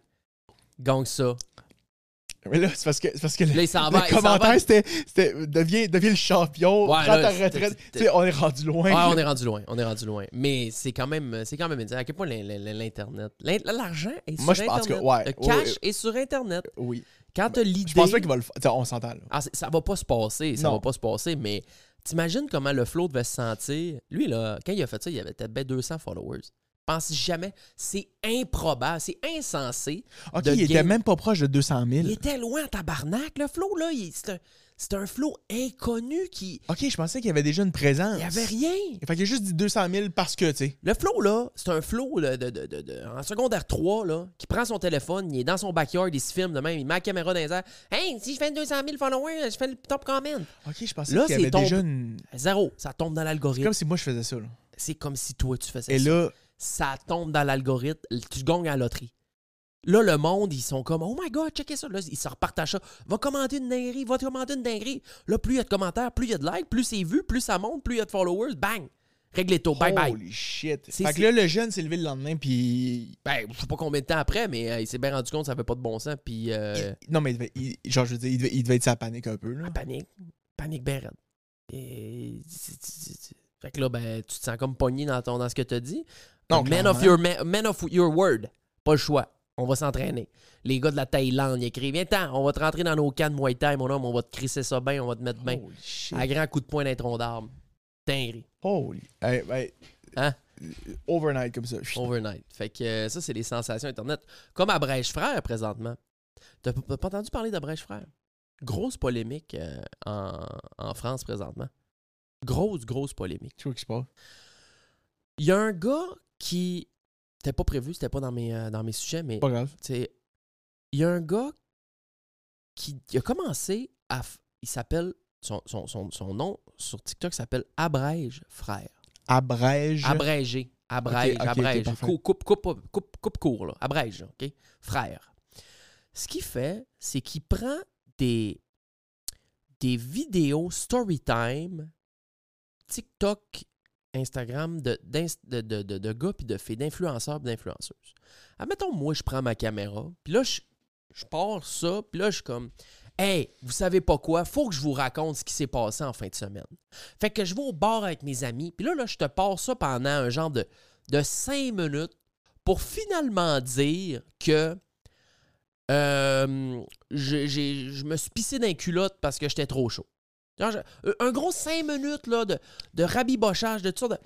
H: gagne ça,
I: Mais là, c'est parce que, c'est parce que le,
H: Là, il s'en
I: le
H: va, il s'en va.
I: commentaire, c'était, c'était deviens, deviens le champion,
H: Ouais,
I: prends
H: là,
I: ta
H: c'est-
I: retraite.
H: c'est-
I: Tu sais, on est rendu loin.
H: Ouais, Ah, on est rendu loin, on est rendu loin. Mais c'est quand même, euh, c'est quand même dire à quel point l'in- l'in- l'internet, l'in- l'argent est sur
I: Moi, je
H: internet.
I: pense que- ouais,
H: le
I: ouais,
H: cash
I: ouais.
H: est sur internet.
I: Oui.
H: Quand t'as l'idée,
I: Je pense pas qu'il va le faire. Tu sais, on s'entend, là.
H: Ah, c'est- ça va pas se passer, ça
I: Non.
H: va pas se passer. Mais t'imagines comment le flow devait se sentir. Lui là, quand il a fait ça, il avait peut-être ben 200 followers. Pense jamais, c'est improbable, c'est insensé.
I: Ok,
H: de
I: il était
H: game-
I: même pas proche de 200 000.
H: Il était loin en tabarnak, le flow, là. il- C'est un, c'est un flow inconnu qui.
I: Ok, je pensais qu'il y avait déjà une présence.
H: Il n'y avait rien.
I: Fait qu'il a juste dit 200 000 parce que, tu sais.
H: Le flow, là, c'est un flow là, de, de- de- de- en secondaire 3, là, qui prend son téléphone, il est dans son backyard, il se filme de même, il met la caméra dans les airs. Hey, si je fais 200 000 followers, je fais le top comment?
I: Ok, je pensais
H: Là,
I: qu'il
H: c'est
I: y avait
H: ton-
I: déjà une.
H: Zéro. Ça tombe dans
I: C'est
H: l'algorithme.
I: comme si moi je faisais ça, là.
H: C'est comme si toi, tu faisais
I: Et
H: ça.
I: là,
H: ça tombe dans l'algorithme, tu gagnes à la loterie. Là, le monde, ils sont comme Oh my god, checkez ça. Là, ils se repartent à ça. Va commander une dinguerie, va te commander une dinguerie. Là, plus il y a de commentaires, plus il y a de likes, plus c'est vu, plus ça monte, plus il y a de followers, bang! Réglez tôt, bye bye.
I: holy shit.
H: C'est-
I: Fait que
H: c'est-
I: là, le jeune s'est levé le lendemain, puis.
H: Ben, je sais pas combien de temps après, mais euh, il s'est bien rendu compte que ça avait pas de bon sens, puis euh,
I: Non, mais il devait, il- genre, je veux dire, il devait, il devait être sa panique un peu, là.
H: panique. Panique bien raide. Et. c'est- c'est- c'est- Fait que là, ben, tu te sens comme pogné dans, ton, dans ce que tu as dit.
I: Non,
H: man
I: clairement.
H: of, your, ma- man of your word. Pas le choix. On va s'entraîner. Les gars de la Thaïlande, ils écrivent Viens-t'en, on va te rentrer dans nos cannes Muay Thai, mon homme, on va te crisser ça bien, on va te mettre bien.
I: Holy Oh, shit.
H: À grand coup de poing d'un tronc d'arbre. Dinguerie.
I: Holy. Hey, hey.
H: Hein?
I: Overnight, comme ça.
H: Overnight. Fait que euh, ça, c'est les sensations Internet. Comme à Brèche Frère, présentement. T'as p- pas entendu parler de Brèche Frère? Grosse polémique euh, en, en France, présentement. Grosse, grosse polémique.
I: Tu vois qui se passe?
H: Il y a un gars qui. C'était pas prévu, c'était pas dans mes, euh, dans mes sujets, mais
I: Pas grave.
H: tu sais, il y a un gars qui il a commencé à. f- Il s'appelle. Son, son, son, son nom sur TikTok s'appelle Abrège Frère.
I: Abrège.
H: Abrégé. Abrège,
I: Ok, ok, ok,
H: abrège.
I: parfait.
H: Cou- coupe, coupe, coupe, coupe, court, là. Abrège, OK? Frère. Ce qu'il fait, c'est qu'il prend des, des vidéos story time, TikTok, Instagram, de, d'ins- de, de, de- de gars puis de filles, d'influenceurs puis d'influenceuses. Admettons, moi, je prends ma caméra, puis là, je, je pars ça, puis là, je suis comme... Hey, vous savez pas quoi? Faut que je vous raconte ce qui s'est passé en fin de semaine. Fait que je vais au bar avec mes amis, puis là, là, je te passe ça pendant un genre de, de cinq minutes pour finalement dire que euh, j'ai- j'ai- je me suis pissé d'un culotte parce que j'étais trop chaud. Genre, je- un gros cinq minutes là, de, de rabibochage, de tout ça. de-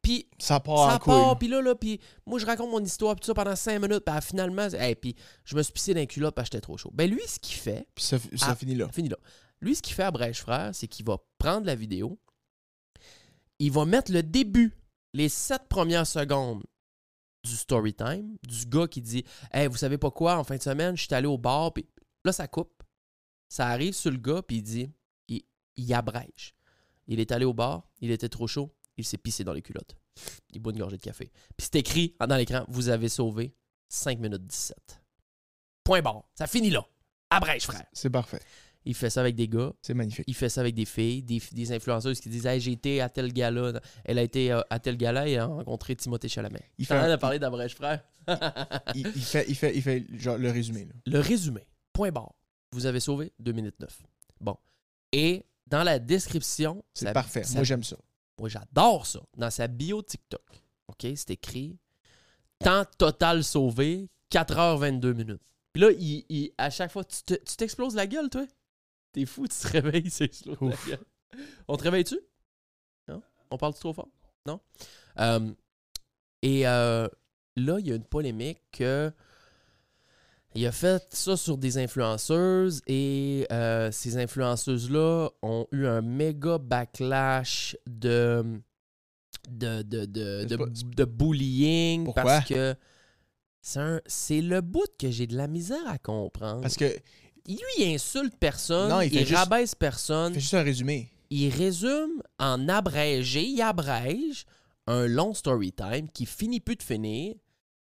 H: Puis
I: Ça part
H: ça
I: en couille.
H: part, puis là, là, puis moi, je raconte mon histoire, puis tout ça pendant cinq minutes, puis finalement, c'est- hey, puis je me suis pissé d'un culotte parce que j'étais trop chaud. Ben lui, ce qu'il fait,
I: Puis ça, ça
H: Ah.
I: finit là.
H: Fini là. Lui, ce qu'il fait à Brèche Frère, c'est qu'il va prendre la vidéo, il va mettre le début, les sept premières secondes du story time, du gars qui dit Hey, vous savez pas quoi, en fin de semaine, je suis allé au bar, puis là, ça coupe. Ça arrive sur le gars, puis il dit il, il abrège. Il est allé au bar, il était trop chaud, il s'est pissé dans les culottes. Il boit une gorgée de café. Puis c'est écrit dans l'écran Vous avez sauvé 5 minutes 17. Point barre. Ça finit là. Abrège, frère.
I: C'est parfait.
H: Il fait ça avec des gars,
I: C'est magnifique.
H: il fait ça avec des filles, des, des influenceuses qui disent hey, j'ai été à tel gala, elle a été euh, à tel gala et a rencontré Timothée Chalamet.
I: Il
H: Il
I: fait
H: fait
I: un-
H: a parlé d'Abrège Frère.
I: il, il fait, il fait, il fait genre, le résumé. Là.
H: Le résumé, point barre. Vous avez sauvé 2 minutes 9. Bon. Et dans la description,
I: C'est
H: la-
I: parfait.
H: sa-
I: Moi, j'aime ça.
H: moi, j'adore ça. Dans sa bio TikTok, OK, c'est écrit temps total sauvé 4h22 minutes. Puis là, il, il- à chaque fois, tu te- tu t'exploses la gueule, toi. T'es fou, tu te réveilles, c'est explose la gueule. On te réveille-tu? Non? On parle trop fort? Non? Euh, et euh, là, il y a une polémique que. Il a fait ça sur des influenceuses et euh, ces influenceuses-là ont eu un méga backlash de, de, de, de,
I: C'est
H: de,
I: pas-
H: de bullying
I: Pourquoi?
H: parce que c'est un- c'est le bout que j'ai de la misère à comprendre.
I: Parce que il
H: Lui, il insulte personne,
I: Non, il
H: il,
I: fait juste-
H: rabaisse personne,
I: fait juste un résumé.
H: il résume en abrégé, il abrège un long story time qui finit plus de finir,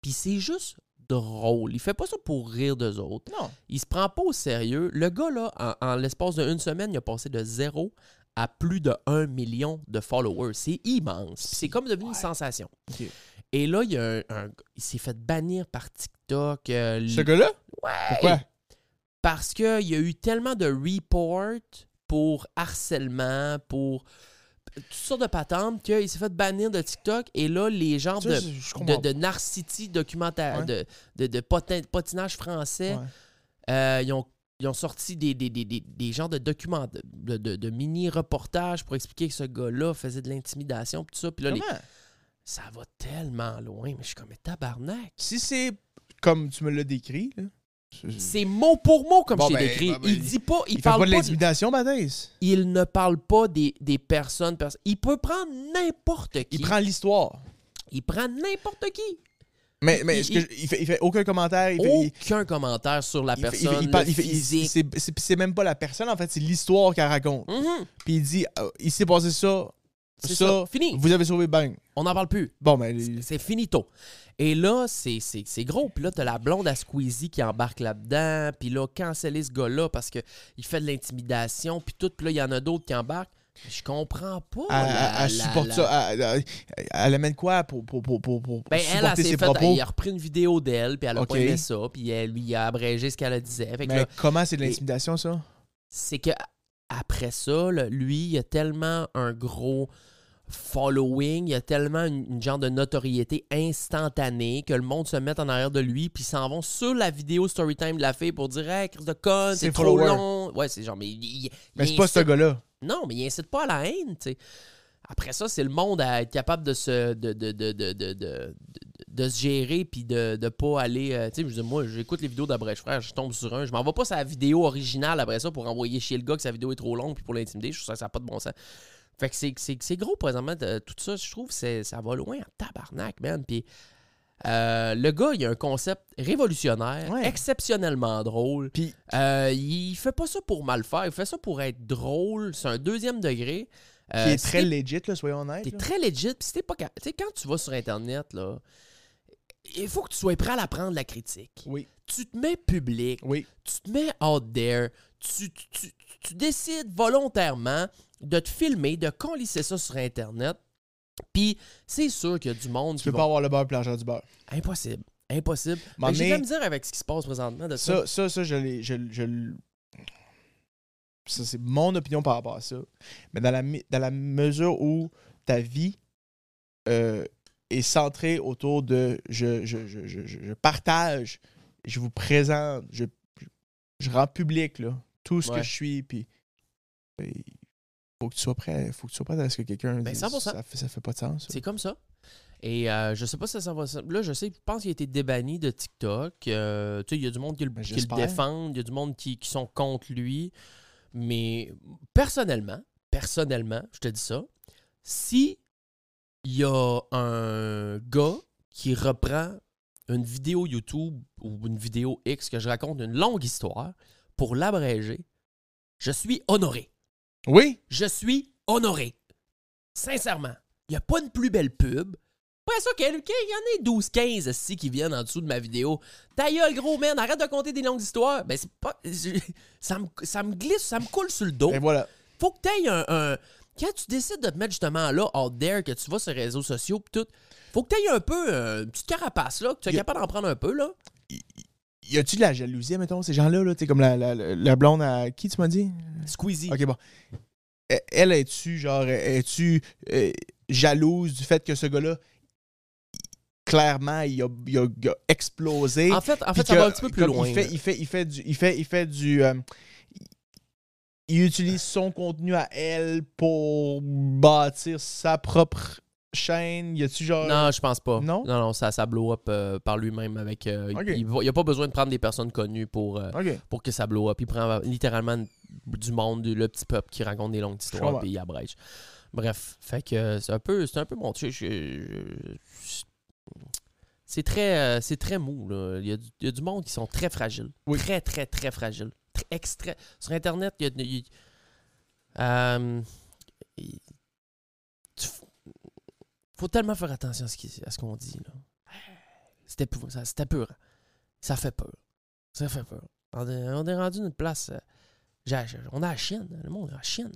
H: puis c'est juste drôle. Il fait pas ça pour rire d'eux autres.
I: Non.
H: Il se prend pas au sérieux. Le gars, là, en, en l'espace d'une semaine, il a passé de zéro à plus de 1 million de followers. C'est immense. Puis C'est comme devenu une sensation.
I: Ok.
H: Et là, il, y a un- un- il s'est fait bannir par TikTok. euh,
I: Ce gars-là?
H: Ouais.
I: Pourquoi?
H: Parce qu'il y a eu tellement de reports pour harcèlement, pour toutes sortes de patentes, qu'il s'est fait bannir de TikTok. Et là, les genres
I: Ça,
H: de,
I: je- je
H: de,
I: comprends
H: de narcity documentaire,
I: Ouais.
H: de, de, de potin- potinage français, euh, ils, ont, ils ont sorti des, des, des, des, des genres de documents, de, de, de- de mini-reportages pour expliquer que ce gars-là faisait de l'intimidation, pis tout ça. Puis là, les-
I: Comment?
H: ça va tellement loin, mais je suis comme, mais tabarnak!
I: Si c'est comme tu me l'as décrit, là, c'est-
H: C'est mot pour mot comme
I: Bon,
H: je t'ai
I: ben,
H: décrit.
I: bon, ben,
H: il dit pas, il,
I: il fait
H: parle
I: pas de
H: pas de-
I: l'intimidation, Badass.
H: il ne parle pas des, des personnes. pers- il peut prendre n'importe qui.
I: Il prend l'histoire.
H: Il prend n'importe qui.
I: Mais, mais
H: il-
I: ce que je- il, Oh! fait, il fait aucun commentaire. Il fait, il-
H: Aucun commentaire sur la
I: il fait- il fait- il
H: personne,
I: parle-
H: le
I: il fait- il-
H: physique.
I: c'est- c'est- C'est même pas la personne, en fait, c'est l'histoire qu'elle raconte.
H: Mhm,
I: Puis il dit euh, il s'est passé ça,
H: c'est
I: ça,
H: ça. Fini.
I: vous avez sauvé Bang.
H: On n'en parle plus.
I: Bon, ben.
H: C'est- C'est finito. Et là, c'est- c'est c'est gros. Puis là, t'as la blonde à Squeezie qui embarque là-dedans. Puis là, canceller ce gars-là parce que il fait de l'intimidation. Puis tout. Puis là, il y en a d'autres qui embarquent. Mais Je comprends pas.
I: Elle, elle-
H: la-
I: elle
H: la-
I: supporte
H: la-
I: ça. Elle, elle- elle- elle amène quoi pour, pour, pour, pour, pour
H: Ben, elle,
I: supporter
H: elle, s'est
I: ses
H: fait-
I: propos?
H: il a repris une vidéo d'elle, puis elle a
I: Ok.
H: pas aimé ça, puis elle lui a abrégé ce qu'elle disait. Fait que
I: Mais
H: là,
I: comment c'est de
H: et-
I: l'intimidation, ça?
H: c'est que après ça, là, lui, il a tellement un gros following, il a tellement une, une genre de notoriété instantanée que le monde se met en arrière de lui puis ils s'en vont sur la vidéo storytime de la fille pour dire hey Chris de con,
I: Ses
H: c'est trop
I: followers.
H: long. Ouais, c'est genre mais il- il-
I: Mais
H: il
I: c'est pas ce
H: incite-
I: gars-là.
H: Non, mais il incite pas à la haine, tu sais. Après ça, c'est le monde à être capable de se de, de, de, de, de, de- de- de se gérer puis de ne pas aller euh, tu sais je veux dire, moi j'écoute les vidéos d'Abrèche frère je tombe sur un je m'en vais pas sa vidéo originale après ça pour envoyer chez le gars que sa vidéo est trop longue puis pour l'intimider je trouve ça ça a pas de bon sens fait que c'est- c'est c'est gros présentement de- tout ça je trouve c'est ça va loin en tabarnak man puis euh, le gars, il a un concept révolutionnaire,
I: Ouais.
H: exceptionnellement drôle.
I: Puis-
H: Euh, il fait pas ça pour mal faire, il fait ça pour être drôle. C'est un deuxième degré. Euh,
I: Qui est
H: si
I: très
H: t'es-
I: legit, là, soyons honnêtes.
H: T'es
I: là.
H: très legit. Pis si t'es pas, ca- tu sais, quand tu vas sur Internet, là, il faut que tu sois prêt à la prendre, la critique.
I: Oui,
H: Tu te mets public,
I: oui.
H: tu te mets out there, tu, tu, tu- tu décides volontairement de te filmer, de colisser ça sur Internet. Puis c'est sûr qu'il y a du monde qui
I: Tu peux
H: va-
I: pas avoir le beurre et l'argent du beurre.
H: Impossible. Impossible.
I: M'en
H: Fait que J'ai de
I: est-
H: la misère avec ce qui se passe présentement de ça.
I: Ça, ça, ça, je l'ai. Je, je l- ça, c'est mon opinion par rapport à ça. Mais dans la, mi- dans la mesure où ta vie euh, est centrée autour de je, je, je, je, je- je partage, je vous présente, je, je- je rends public là, tout ce
H: Ouais.
I: que je suis, puis. euh, Faut que tu sois prêt, faut que tu sois prêt à ce que quelqu'un
H: Ben,
I: dise,
H: 100%.
I: Ça fait, ça fait pas de sens. ça.
H: C'est comme ça. Et euh, je sais pas si ça s'en va. Là, je sais, je pense qu'il a été débanni de TikTok. Euh, tu sais, il y a du monde qui le,
I: Ben,
H: qui le
I: j'espère.
H: défend, il y a du monde qui, qui sont contre lui. Mais personnellement, personnellement, je te dis ça, si il y a un gars qui reprend une vidéo YouTube ou une vidéo X que je raconte une longue histoire pour l'abréger, je suis honoré.
I: Oui,
H: Je suis honoré. Sincèrement, il n'y a pas une plus belle pub. Pas ça qu'il y en ait 12-15 ici qui viennent en dessous de ma vidéo. Ta gueule, gros man, arrête de compter des longues histoires. Ben, c'est pas. je- ça, me, ça me glisse, ça me coule sur le dos.
I: et ben, voilà.
H: Faut que t'aies un, un- Quand tu décides de te mettre justement là, out there, que tu vas sur les réseaux sociaux pis tout, faut que t'aies un peu euh, une petite carapace là, que tu sois
I: Y a-
H: capable d'en prendre un peu là.
I: Y a-tu de la jalousie, mettons, ces gens-là, là, tu sais, comme la, la, la- la blonde à qui tu m'as dit
H: Squeezie.
I: Ok, bon. E- Elle, es-tu, genre, e, es-tu euh, jalouse du fait que ce gars-là, clairement, il a, il a- il a explosé?
H: En fait, en
I: puis
H: fait ça
I: que-
H: va un petit peu plus
I: comme
H: loin.
I: Il fait,
H: là.
I: il, fait, il, fait du, il, fait, il fait du. euh, il utilise son contenu à elle pour bâtir sa propre chaîne. Y a-tu, genre.
H: Non, je pense pas.
I: Non?
H: Non, non, ça, ça blow up euh, par lui-même avec. euh, il-
I: Ok.
H: il, va- il a pas besoin de prendre des personnes connues pour, euh,
I: Ok.
H: pour que ça blow up. Il prend euh, littéralement du monde, du- le petit peuple qui raconte des longues histoires
I: comprends.
H: puis il abrège. Bref, fait que c'est un peu, c'est un peu mon je- je- je- je- C'est très, euh, c'est très mou. là. Il y, a du- il y a du monde qui sont très fragiles,
I: Oui.
H: très, très, très fragiles, Très extra- Sur internet, il y a, il y- euh, il- tu- faut tellement faire attention à ce qui- à ce qu'on dit. là. C'était épou- ça- c'était épeurant. Ça fait peur. Ça fait peur. On est, on est rendu une place. euh, j'ai- j'ai- on est à Chine. hein, Le monde est à Chine.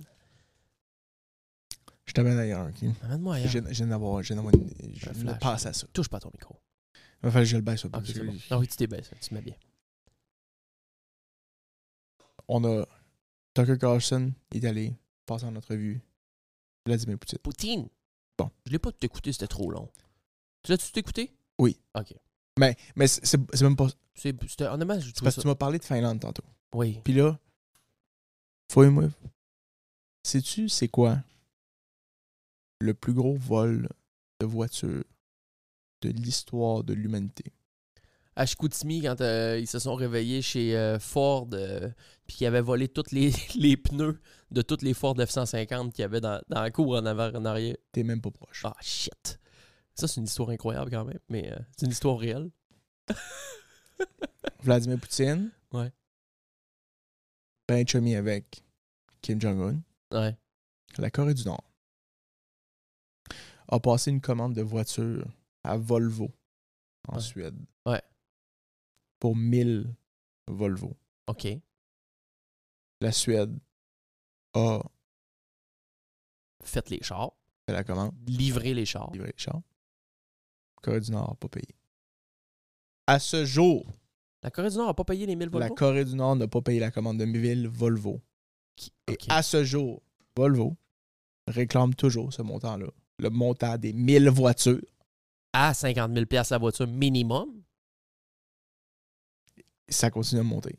I: Je t'amène ailleurs, ok?
H: Amène-moi ailleurs.
I: Je viens d'avoir. Je viens d'avoir une- je
H: Un
I: me
H: flash.
I: passe à ça.
H: Touche pas ton micro.
I: Il va falloir que je le baisse un peu.
H: Ok, c'est bon. Ah oui, tu t'es baissé. Tu te mets bien.
I: on a Tucker Carlson est allé passer en entrevue. Vladimir Poutine.
H: Poutine.
I: Bon.
H: Je l'ai pas tout écouté, c'était trop long. Tu l'as-tu tout écouté?
I: Oui.
H: OK.
I: Mais, mais c'est- c'est c'est même pas. c'est
H: C'est- C'était honnêtement, je trouve
I: parce
H: ça...
I: que tu m'as parlé de Finlande tantôt.
H: Oui.
I: Puis là, fouille-moi. Sais-tu c'est quoi le plus gros vol de voiture de l'histoire de l'humanité?
H: À Chicoutimi, quand euh, ils se sont réveillés chez euh, Ford, euh, puis qu'ils avaient volé tous les, les pneus de toutes les Ford F-150 qu'il y avait dans, dans la cour en avant, en arrière.
I: T'es même pas proche.
H: Ah, shit. Ça, c'est une histoire incroyable quand même, mais euh, c'est une histoire réelle.
I: Vladimir Poutine.
H: Ouais.
I: Ben chummy avec Kim Jong-un.
H: Ouais.
I: La Corée du Nord a passé une commande de voiture à Volvo en
H: Ouais.
I: Suède.
H: Ouais.
I: Pour 1000 Volvo.
H: OK.
I: La Suède a
H: Faites les chars.
I: fait la commande.
H: Livrez les chars.
I: livré les chars. Corée du Nord n'a pas payé. À ce jour,
H: La Corée du Nord n'a pas payé les 1000
I: la
H: Volvo?
I: Corée du Nord n'a pas payé la commande de 1000 Volvo.
H: Qui-
I: Et
H: OK.
I: à ce jour, Volvo réclame toujours ce montant-là. Le montant des 1000 voitures.
H: À 50 000 piastres la voiture minimum.
I: Ça continue à monter.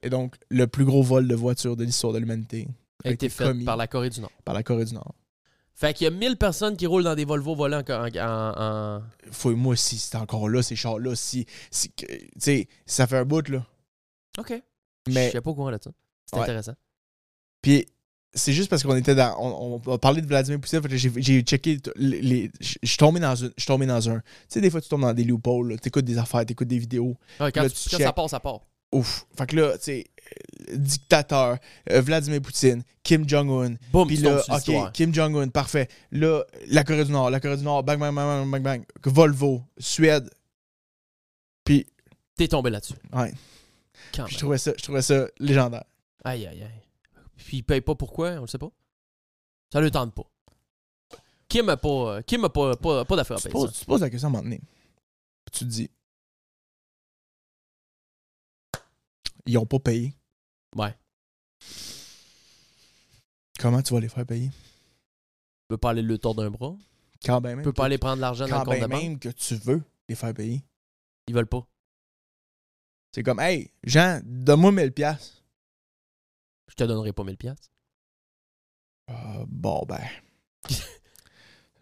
I: Et donc, le plus gros vol de voitures de l'histoire de l'humanité
H: a été faite
I: commis
H: par la Corée du Nord.
I: par la Corée du Nord.
H: Fait qu'il y a 1000 personnes qui roulent dans des Volvo volants en, en- en- en-
I: Fouille-moi si c'est encore là, ces chars-là. Si, si, que- tu sais, ça fait un bout, là.
H: OK.
I: Mais-
H: Je sais pas au courant de ça. C'est
I: Ouais.
H: intéressant.
I: Puis c'est juste parce qu'on était dans. On, on- on parlait de Vladimir Poutine, fait que j'ai- j'ai checké. t- les- les- Je je suis tombé dans une- je suis tombé dans un. Tu sais, des fois, tu tombes dans des loopholes, là. t'écoutes des affaires, t'écoutes des vidéos.
H: Ouais, quand
I: Là,
H: tu-
I: tu
H: quand
I: check.
H: ça part, ça part.
I: Ouf. Fait que là, tu sais, euh, dictateur, euh, Vladimir Poutine, Kim Jong-un.
H: Boum,
I: Puis
H: tu
I: là,
H: tombes sur l'histoire.
I: OK, Kim Jong-un, parfait. Là, la Corée du Nord, la Corée du Nord, bang, bang, bang, bang, bang, bang. Volvo, Suède. Puis,
H: T'es tombé là-dessus.
I: ouais,
H: Quand
I: je
H: même.
I: trouvais ça, je trouvais ça légendaire.
H: Aïe, aïe, aïe. Puis ils payent pas pourquoi, on le sait pas. Ça le tente pas. Kim a pas, euh, Kim a pas, pas, pas d'affaire à
I: tu, te
H: payer Ah,
I: poses,
H: ben, ça.
I: tu te poses la question à un moment donné. Puis tu te dis. Ils ont pas payé.
H: Ouais.
I: Comment tu vas les faire payer?
H: Tu peux pas aller le tordre d'un bras.
I: Quand ben
H: Tu
I: même.
H: peux pas aller prendre l'argent dans le
I: quand
H: compte
I: ben
H: de banque.
I: même que tu veux les faire payer.
H: Ils veulent pas.
I: C'est comme, hey, Jean, donne-moi 1000 piastres.
H: Je te donnerai pas 1000 piastres.
I: Ah, bon, ben.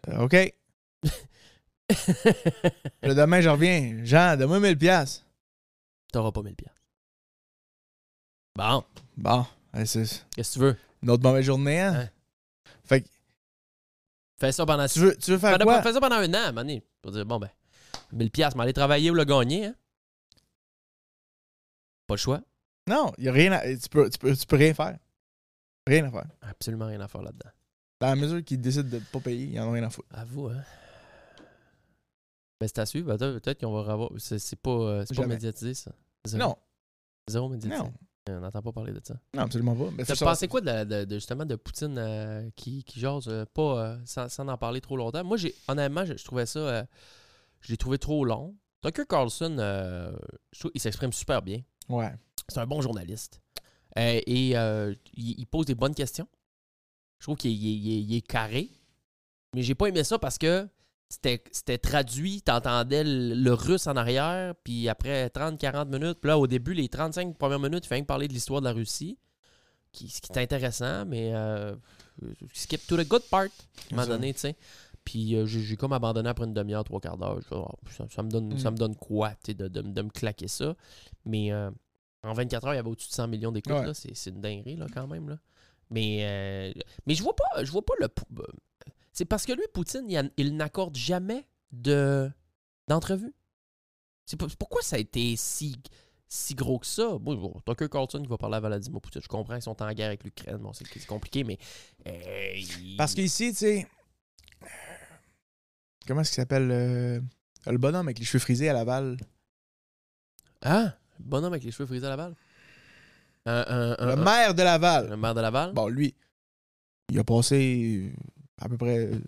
I: Euh, OK. Le demain, je reviens. Jean, donne-moi 1000 piastres.
H: T'auras pas 1000 piastres. Bon,
I: Bon, hey, c'est
H: qu'est-ce que tu veux?
I: une autre mauvaise journée, hein?
H: Hein?
I: Fait que,
H: Fais ça pendant
I: tu veux, tu veux faire
H: Fais-
I: quoi?
H: fais ça pendant un an, mané. Pour dire, bon ben, 1000 piastres, mais aller travailler ou le gagner, hein? Pas le choix.
I: Non, il a rien à- tu, peux, tu, peux, tu peux rien faire. Rien à faire.
H: Absolument rien à faire là-dedans.
I: Dans la mesure qu'ils décident de ne pas payer, ils en ont rien à foutre.
H: Avoue, hein. Ben, c'est à suivre. Attends, Peut-être qu'on va revoir. C'est c'est pas, euh, c'est pas
I: Jamais.
H: médiatisé, ça. Zéro.
I: Non,
H: Zéro médiatisé.
I: non,
H: On n'entend pas parler de ça.
I: non, absolument pas. Ben, Mais
H: T'as
I: faut savoir-
H: pensé quoi de, la- de- de- justement de Poutine euh, qui, qui jase euh, pas euh, sans, sans en parler trop longtemps? Moi, j'ai honnêtement, je, je trouvais ça. euh, je l'ai trouvé trop long. Tucker Carlson, euh, je trouve, il s'exprime super bien.
I: Ouais.
H: C'est un bon journaliste. Euh, et euh, il, il pose des bonnes questions. Je trouve qu'il est- il est, il est- il est carré. Mais j'ai pas aimé ça parce que c'était c'était traduit. T'entendais le, le russe en arrière. Puis après 30-40 minutes, puis là, au début, les 35 premières minutes, il fallait parler de l'histoire de la Russie. Qui, ce qui est intéressant, mais euh, skip to the good part. À un moment
I: Ça.
H: donné, tu sais. Puis euh, j'ai j'ai comme abandonné après une demi-heure, trois quarts d'heure. Je fais, Ah, ça, ça me donne, ça
I: Mm.
H: me donne quoi, tu sais, de, de, de me claquer ça. Mais euh, en 24 heures, il y avait au-dessus de 100 millions d'écoutes.
I: Ouais.
H: là. C'est c'est une dinguerie, là, quand même. Là. Mais, euh, mais je vois pas je vois pas le. pou- euh, C'est parce que lui, Poutine, il, a- il n'accorde jamais de d'entrevue. C'est pas- pourquoi ça a été si, si gros que ça? Bon, Tucker Carlson qui va parler à Vladimir Poutine. Je comprends qu'ils sont en guerre avec l'Ukraine. Bon, c'est c'est compliqué, mais. euh, il-
I: Parce qu'ici, tu sais. euh, Comment est-ce qu'il s'appelle euh, Le bonhomme avec les cheveux frisés à Laval.
H: Hein? Bonhomme avec les cheveux frisés à la balle? Un, un- un-
I: Le
H: un-
I: maire de Laval.
H: le maire de Laval?
I: Bon, lui, il a passé euh, à peu près euh,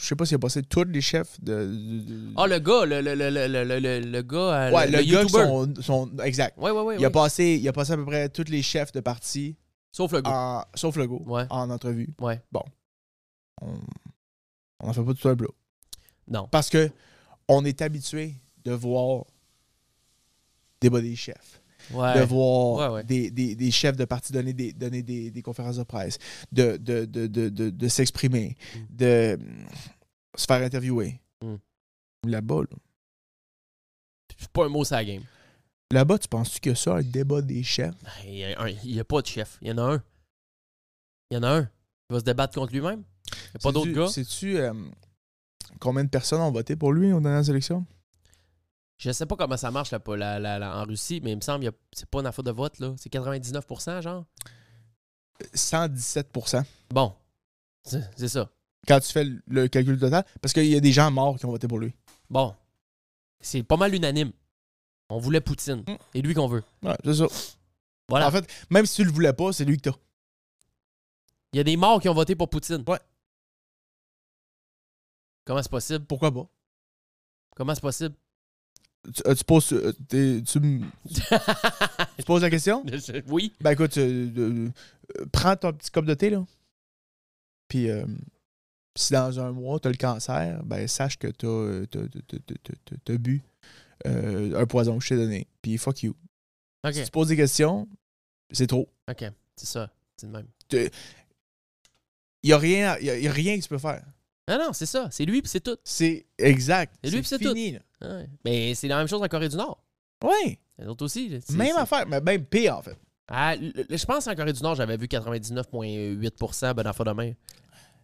I: je sais pas s'il a passé tous les chefs de. de- de-
H: Ah, le gars, le, le, le, le, le, le- le gars. euh,
I: ouais,
H: le,
I: le, gars, qui
H: YouTuber.
I: sont- sont- exact.
H: Ouais, ouais, ouais.
I: il, a
H: ouais.
I: passé, il a passé à peu près tous les chefs de parti,
H: Sauf le gars.
I: en- sauf le go,
H: Ouais.
I: en entrevue.
H: Ouais.
I: On n'en fait pas tout un bloc.
H: Non.
I: Parce que on est habitué de voir des body chefs,
H: Ouais.
I: de voir
H: Ouais, ouais.
I: Des, des- des chefs de parti donner des, donner des, des conférences de presse, de, de, de, de, de- de s'exprimer, de mm, se faire interviewer.
H: Mm.
I: Là-bas, là.
H: C'est pas un mot sur la game.
I: Là-bas, tu penses-tu que ça, un débat des chefs?
H: Ben, Il y, a un- il y a pas de chef. Il y en a un. Il y en a un. Il va se débattre contre lui-même. Il n'y a pas d'autres
I: Sais-tu-
H: gars.
I: Sais-tu euh, combien de personnes ont voté pour lui aux dernières élections?
H: Je sais pas comment ça marche là, pas- la- la- la- en Russie, mais il me semble que c'est pas une affaire de vote. là. C'est 99 genre.
I: 117
H: Bon. C'est c'est ça.
I: quand tu fais le- le calcul total, parce qu'il y a des gens morts qui ont voté pour lui.
H: Bon. C'est pas mal unanime. On voulait Poutine.
I: Mm.
H: Et lui qu'on veut.
I: Ouais, c'est ça.
H: Voilà.
I: En fait, même si tu le voulais pas, c'est lui que t'as.
H: Il y a des morts qui ont voté pour Poutine.
I: Ouais.
H: Comment c'est possible?
I: Pourquoi pas?
H: Comment c'est possible?
I: Tu, euh, tu poses, euh, t'es- tu, me- tu poses la question?
H: oui.
I: Ben écoute, euh, euh, euh, prends ton petit cop de thé, là. Puis, euh, si dans un mois, t'as le cancer, ben sache que t'as, euh, t'as, t'as- t'as- t'as- t'as- t'as- t'as bu euh, un poison que je t'ai donné. Puis, fuck you.
H: OK.
I: Si tu poses des questions, c'est trop.
H: OK. C'est ça. C'est le même.
I: Il n'y a, rien à- y a- y a rien que tu peux faire.
H: Non, non, c'est ça. C'est lui puis c'est tout.
I: C'est exact.
H: Et lui, puis c'est tout.
I: fini, là.
H: Ouais. Mais c'est la même chose en Corée du Nord.
I: Ouais,
H: Les autres aussi. là, c'est-
I: même
H: c'est-
I: affaire, mais même pire en fait.
H: Ah, le- le- je pense en Corée du Nord, j'avais vu 99,8 ben affaire de main.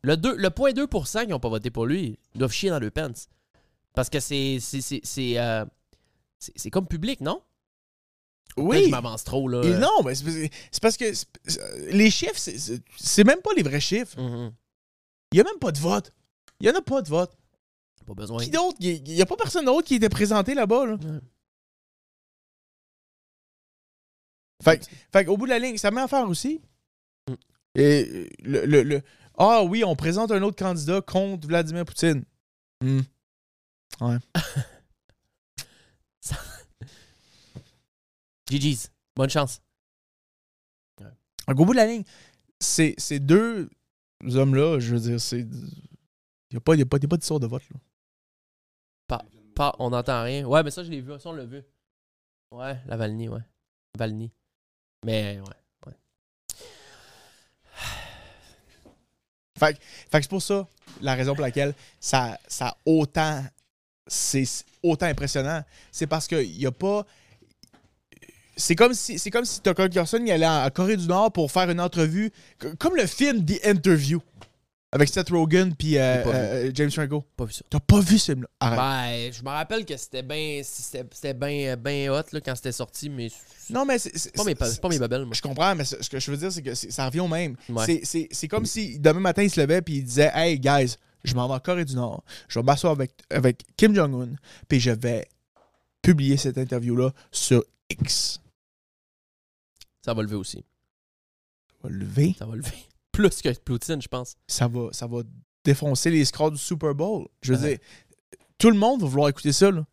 H: Le, deux- le 0.2 qui n'ont pas voté pour lui, ils doivent chier dans le pants. Parce que c'est c'est- c'est- c'est, euh, c'est- c'est comme public, non? Peut-être que Je euh, m'avance trop, là.
I: Et non, mais c'est parce que- c'est parce que c'est- c'est- les chiffres, c'est- c'est c'est même pas les vrais chiffres.
H: Mhm.
I: Il n'y a même pas de vote. Il n'y en a pas de vote.
H: Pas besoin.
I: Qui d'autre? Il n'y a pas personne d'autre qui était présenté là-bas. Là.
H: Ouais.
I: Fait, fait qu'au bout de la ligne, ça met affaire aussi.
H: Mm.
I: Et euh, le, le- le- Ah oui, on présente un autre candidat contre Vladimir Poutine. Mm.
H: GG's. Bonne chance.
I: Donc, au bout de la ligne, ces, ces deux hommes-là, je veux dire, c'est. Il n'y a pas, y a pas, y a pas d'histoire de vote. Là.
H: Pas, on n'entend rien. Ouais, mais ça, je l'ai vu. Ça, on l'a vu. Ouais, la Valny, ouais. Valny. Mais, ouais.
I: Fait que c'est pour ça, la raison pour laquelle ça, ça a autant. C'est autant impressionnant. C'est parce qu'il n'y a pas. C'est comme si c'est comme si Tucker Carlson il allait en en Corée du Nord pour faire une entrevue, c- comme le film The Interview, avec Seth Rogen puis euh,
H: pas vu.
I: euh, James Franco.
H: Pas vu ça.
I: T'as pas vu ce film-là? Arrête.
H: Ben, je me rappelle que c'était bien c'était bien ben hot là, quand c'était sorti, mais c'est
I: non, mais c'est. c'est-
H: pas, mes pa- c'est pas mes babelles, moi.
I: Je comprends, mais ce ce que je veux dire, c'est que c'est- ça revient au même.
H: Ouais.
I: C'est- C'est c'est comme si demain matin, il se levait et il disait Hey, guys, je m'en vais en Corée du Nord, je vais m'asseoir avec, avec Kim Jong-un, puis je vais publier cette interview-là sur X.
H: Ça va lever aussi.
I: Ça va lever,
H: Ça va lever. Plus que Poutine, je pense.
I: ça va, ça va défoncer les scores du Super Bowl. Je veux
H: Ouais.
I: dire, tout le monde va vouloir écouter ça. là.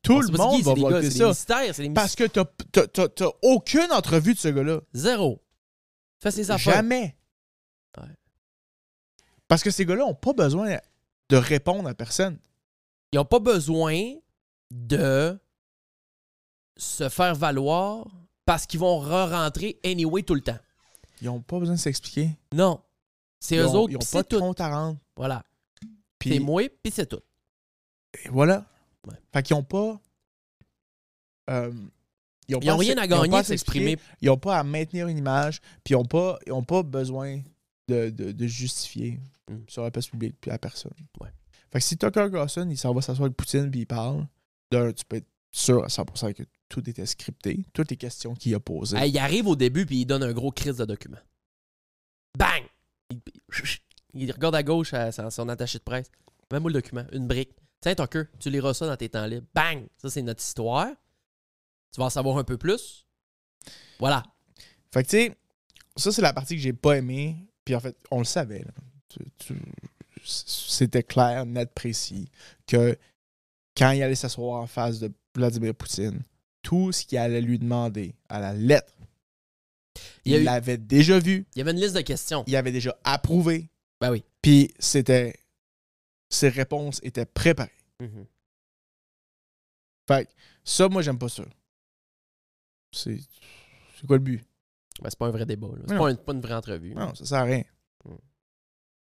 I: Tout
H: On sait pas
I: le
H: c'est qui,
I: monde va
H: c'est des
I: vouloir
H: gars,
I: écouter
H: C'est des
I: ça.
H: mystères, c'est des mystères.
I: Parce que t'as- t'as t'as- t'as aucune entrevue de ce gars-là.
H: Zéro. Fais ses affaires.
I: Jamais.
H: Ouais.
I: Parce que ces gars-là n'ont pas besoin de répondre à personne.
H: Ils n'ont pas besoin de se faire valoir parce qu'ils vont re-rentrer anyway tout le temps.
I: Ils n'ont pas besoin de s'expliquer.
H: Non. C'est
I: Ils
H: eux
I: ont,
H: autres,
I: ils ont
H: pis
I: pas
H: c'est
I: de
H: tout.
I: compte à rendre.
H: Voilà.
I: Puis
H: C'est moi, puis c'est tout.
I: et voilà.
H: Ouais.
I: Fait qu'ils n'ont pas. euh,
H: Ils n'ont
I: pas
H: rien à
I: ils ont
H: gagner
I: pas
H: de s'exprimer.
I: Ils n'ont pas à maintenir une image. Puis ils n'ont pas, ils ont pas besoin de, de- de justifier
H: Mm.
I: sur la place publique puis à personne.
H: Ouais.
I: Fait que si Tucker Carlson, il s'en va s'asseoir avec Poutine puis il parle, d'un, tu peux être sûr à 100% que tout était scripté, toutes les questions qu'il a posées.
H: Hey, il arrive au début puis il donne un gros crise de document. Bang! Il, il regarde à gauche à son, son attaché de presse. Même où le document, une brique. Tiens, Tucker, tu liras ça dans tes temps libres. Bang! Ça, c'est notre histoire. Tu vas en savoir un peu plus. Voilà.
I: Fait que tu sais, ça c'est la partie que j'ai pas aimée. Puis en fait, on le savait. là. Tu- tu- c'était clair, net, précis, que quand il allait s'asseoir en face de Vladimir Poutine, tout ce qu'il allait lui demander à la lettre,
H: Il y a
I: il
H: eu-
I: l'avait déjà vu,
H: Il y avait une liste de questions.
I: il avait déjà approuvé,
H: Ben oui.
I: puis c'était. Ses réponses étaient préparées.
H: Mhm.
I: Fait que ça, moi, j'aime pas ça. C'est c'est quoi le but?
H: Ben, c'est pas un vrai débat. là. C'est
I: Non.
H: pas, un- pas une vraie entrevue.
I: Non, ça sert à rien.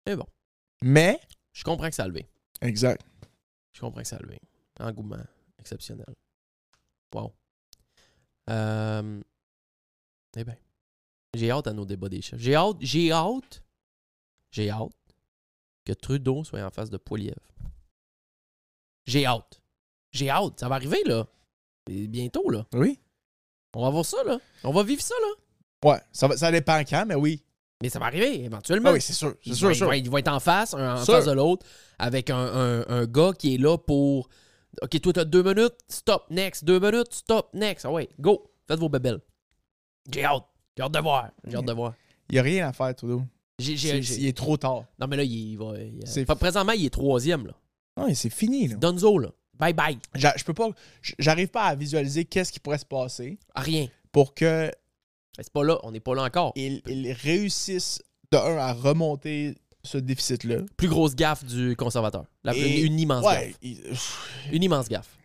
H: Mais bon,
I: Mais,
H: je comprends que ça a levé.
I: exact.
H: Je comprends que ça a levé. Engouement exceptionnel. Wow. Euh... Eh bien, j'ai hâte à nos débats des chefs. J'ai hâte, j'ai hâte, j'ai hâte que Trudeau soit en face de Poiliev. J'ai hâte. J'ai hâte. Ça va arriver, là. Et bientôt, là.
I: Oui?
H: On va voir ça, là. On va vivre ça, là.
I: Ouais, ça, va, ça dépend quand, mais oui.
H: Mais ça va arriver, éventuellement.
I: Ah oui, c'est sûr. C'est
H: Il
I: sûr,
H: va,
I: sûr.
H: il va- il va être en face, un en
I: Sûr.
H: face de l'autre, avec un, un- un gars qui est là pour. Ok, toi, t'as deux minutes, stop, next. Deux minutes, stop, next. Ah ouais, go. Faites vos bébelles. J'ai hâte. J'ai hâte de voir. J'ai hâte de voir.
I: Il n'y a rien à faire, Trudeau.
H: J'ai- j'ai-
I: C'est-
H: j'ai-
I: c'est- Il est trop tard.
H: Non, mais là, il, il va. il-
I: C'est-
H: Enfin, présentement, il est troisième. Là.
I: Non, mais c'est fini, là.
H: Donzo, là. Bye bye.
I: J'a- Je peux pas. j- J'arrive pas à visualiser qu'est-ce qui pourrait se passer
H: Ah, Rien.
I: pour que
H: C'est pas là. On n'est pas là encore.
I: il, il réussisse, de un, à remonter ce déficit-là.
H: Plus grosse gaffe du conservateur. La-
I: Et-
H: une, une immense
I: Ouais.
H: gaffe.
I: il- pff,
H: Une immense gaffe.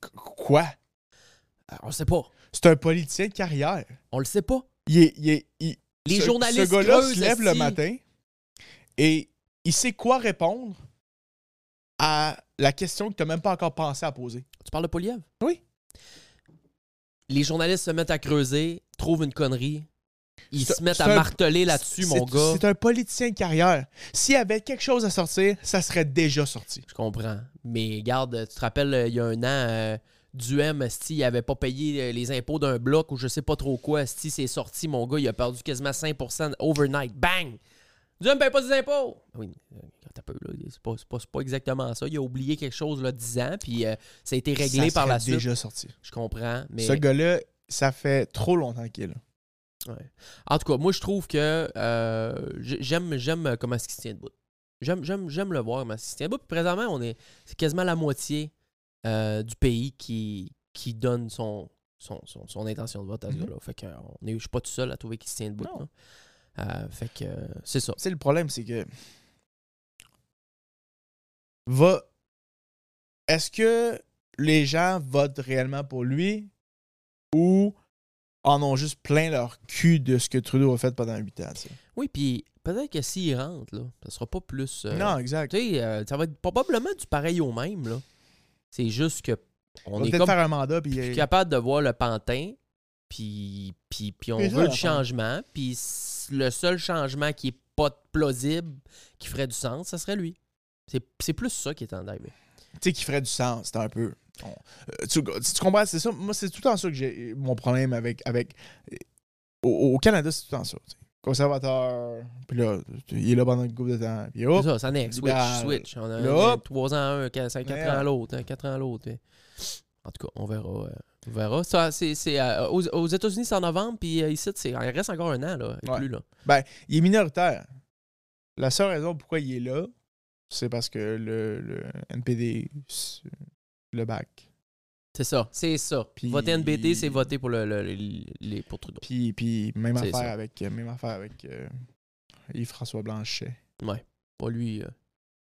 I: qu- quoi?
H: Ah, On le sait pas.
I: C'est un politicien de carrière.
H: On le sait pas.
I: Il est- il est- il-
H: Les
I: ce-
H: journalistes
I: Ce gars-là
H: creusent,
I: se lève le
H: esti.
I: matin et il sait quoi répondre à la question que tu n'as même pas encore pensé à poser.
H: Tu parles de Poliev?
I: Oui.
H: Les journalistes se mettent à creuser, trouvent une connerie. Ils
I: C'est-
H: se mettent
I: c'est
H: à
I: un-
H: marteler là-dessus, mon
I: C'est-
H: gars.
I: C'est un politicien de carrière. S'il y avait quelque chose à sortir, ça serait déjà sorti.
H: Je comprends. Mais regarde, tu te rappelles, euh, il y a un an, euh, Duhem, si il avait pas payé euh, les impôts d'un bloc ou je sais pas trop quoi, si c'est sorti, mon gars, il a perdu quasiment 5 overnight. Bang! Duhem paye pas ses impôts! Oui, mais, euh, attends un peu, là. C'est pas, c'est pas, c'est pas exactement ça. Il a oublié quelque chose, là, 10 ans, puis euh, ça a été réglé
I: Ça
H: par la
I: serait
H: suite.
I: déjà sorti.
H: Je comprends, mais...
I: Ce gars-là, ça fait trop longtemps qu'il est là.
H: En tout cas, moi, je trouve que euh, j'ai- j'aime j'aime euh, comment est-ce qu'il se tient debout. J'aime, j'aime, j'aime le voir comment est-ce qu'il se tient debout. Puis présentement, on est, c'est quasiment la moitié euh, du pays qui, qui donne son, son, son, son intention de vote à ce
I: Mhm.
H: gars-là. Fait que euh, on est, je suis pas tout seul à trouver qu'il se tient debout.
I: Non.
H: là. Euh, fait que euh, c'est ça.
I: Tu sais, le problème, c'est que. Va. Est-ce que les gens votent réellement pour lui ou en ont juste plein leur cul de ce que Trudeau a fait pendant 8 ans? tu sais?
H: Oui, puis peut-être que s'il rentre, là, ça sera pas plus... euh,
I: non, exact.
H: Tu sais, euh, ça va être probablement du pareil au même. Là. C'est juste que on
I: On va
H: est
I: peut-être
H: comme
I: faire un mandat. Puis, euh,
H: plus capable de voir le pantin, puis, puis, puis on
I: C'est ça,
H: veut le
I: l'affaire.
H: changement, puis s- le seul changement qui est pas plausible, qui ferait du sens, ça serait lui. C'est c'est plus ça qui est en arrivée.
I: tu sais, qui ferait du sens. C'est un peu. on- euh, tu, tu comprends? C'est ça. Moi, c'est tout le temps ça que j'ai mon problème avec. avec au, au Canada, c'est tout le temps ça. tu sais. Conservateur, puis là, il est là pendant une couple de temps. Puis hop,
H: C'est ça, ça next, switch,
I: libéral.
H: switch. On a
I: Oh! Ben, Là,
H: un-
I: hop.
H: trois ans à un, quatre, cinq, quatre
I: Merde.
H: ans à l'autre, hein, quatre ans à l'autre. hein. En tout cas, on verra. euh, on verra. Ça, c'est c'est, euh, aux, aux États-Unis, c'est en novembre, puis euh, ici, c'est- il reste encore un an, là, et
I: Ouais.
H: plus, là.
I: il est minoritaire. La seule raison pourquoi il est là, c'est parce que le, le NPD, c'est le bac.
H: C'est ça, c'est ça.
I: Puis-
H: Voter NBD, c'est voter pour, le, le- le- les, pour Trudeau.
I: Puis, puis même,
H: C'est
I: affaire
H: ça.
I: avec, même affaire avec euh, Yves-François Blanchet.
H: Pas lui. euh,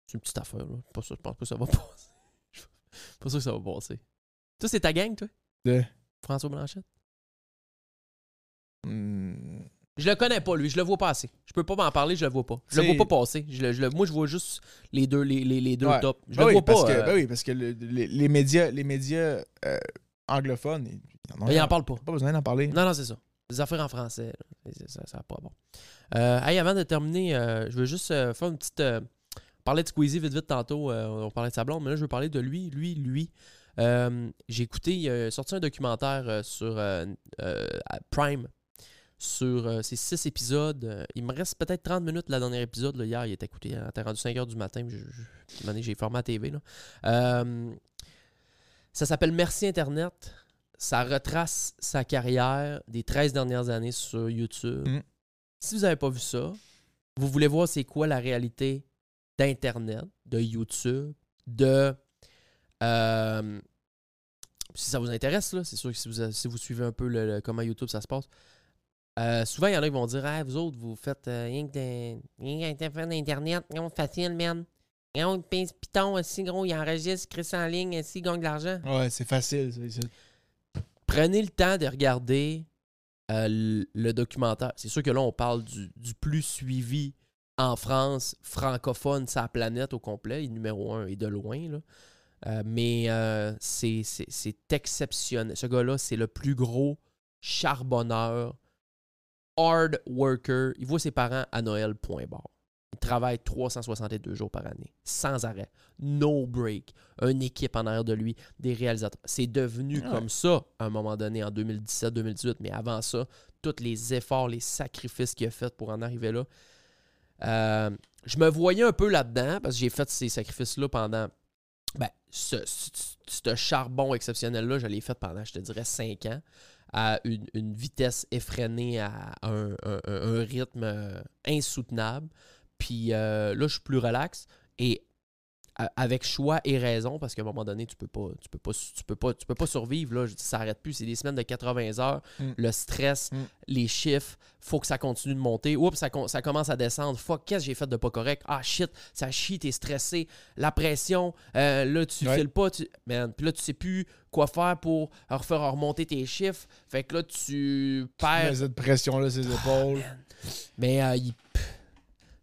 H: c'est une petite affaire, là. Pas sûr- je pense pas que ça va passer. Je suis pas sûr que ça va passer. Toi, c'est ta gang, toi?
I: De?
H: François Blanchette?
I: Hmm.
H: Je le connais pas, lui. Je le vois pas assez. Je peux pas m'en parler, je le vois pas. Je le
I: C'est-
H: vois pas passer. Je le- je le- moi, je vois juste les deux, les, les- les deux
I: Ouais.
H: tops. Je
I: Ben
H: le
I: oui,
H: vois
I: parce
H: pas.
I: Que,
H: euh,
I: ben oui, parce que le- les, les médias, les médias euh, anglophones, ils, ils en ont
H: mais il en parle pas.
I: pas besoin d'en parler.
H: Non, non, c'est ça. Des affaires en français. là. C'est- Ça, ça va pas bon. Euh, hey, avant de terminer, euh, je veux juste euh, faire une petite. euh, on parlait de Squeezie vite vite tantôt. euh, on parlait de sa blonde, mais là, je veux parler de lui, lui, lui. Euh, J'ai écouté, il a sorti un documentaire euh, sur euh, euh, à Prime sur euh, ces six épisodes. Euh, Il me reste peut-être 30 minutes de la dernière épisode. là. Hier, il était écouté à rendu 5 h du matin. puis je- je- à un moment donné, J'ai formé la TV. là. Euh, ça s'appelle Merci Internet ça retrace sa carrière des 13 dernières années sur YouTube.
I: Mhm.
H: Si vous n'avez pas vu ça, Vous voulez voir c'est quoi la réalité d'Internet, de YouTube, de. euh, si ça vous intéresse, là, c'est sûr que si vous, si vous suivez un peu le, le- comment YouTube ça se passe, euh, souvent il y en a qui vont dire Ah, vous autres, vous faites euh, rien que des- rien que des affaires d'Internet, non, facile, man. Non, le pince piton, si gros, il enregistre, crée ça en ligne, si gagne de l'argent.
I: Ouais, c'est facile. ça, ça.
H: Prenez le temps de regarder euh, le, le documentaire. C'est sûr que là, on parle du, du plus suivi en France, francophone, sa planète au complet, il est numéro un et de loin. Là. Euh, mais euh, c'est c'est- c'est exceptionnel. Ce gars-là, c'est le plus gros charbonneur, hard worker. Il voit ses parents à Noël, point barre. Il travaille 362 jours par année, sans arrêt, no break. Une équipe en arrière de lui, des réalisateurs. C'est devenu comme ça à un moment donné en 2017-2018, mais avant ça, tous les efforts, les sacrifices qu'il a fait pour en arriver là. Euh, je me voyais un peu là-dedans parce que j'ai fait ces sacrifices-là pendant ben, ce, ce- ce- ce charbon exceptionnel-là, je l'ai fait pendant, je te dirais, 5 ans, à une, une vitesse effrénée, à un, un- un- un rythme euh, insoutenable. Puis euh, là, je suis plus relax et euh, avec choix et raison, parce qu'à un moment donné, tu peux pas, tu peux pas, tu peux pas, tu peux pas survivre. Là, Je- ça s'arrête plus. C'est des semaines de 80 heures.
I: Mm.
H: Le stress,
I: Mm.
H: les chiffres, faut que ça continue de monter. Oups, ça, con- ça commence à descendre. Fuck, qu'est-ce que j'ai fait de pas correct? Ah shit, ça chie, t'es stressé la pression, euh, là, tu
I: Ouais.
H: files pas, tu... Man, puis là, tu sais plus quoi faire pour refaire remonter tes chiffres. Fait que là, tu
I: Mais
H: perds.
I: cette pression-là, ses
H: Ah,
I: épaules.
H: Mais euh, il- pff,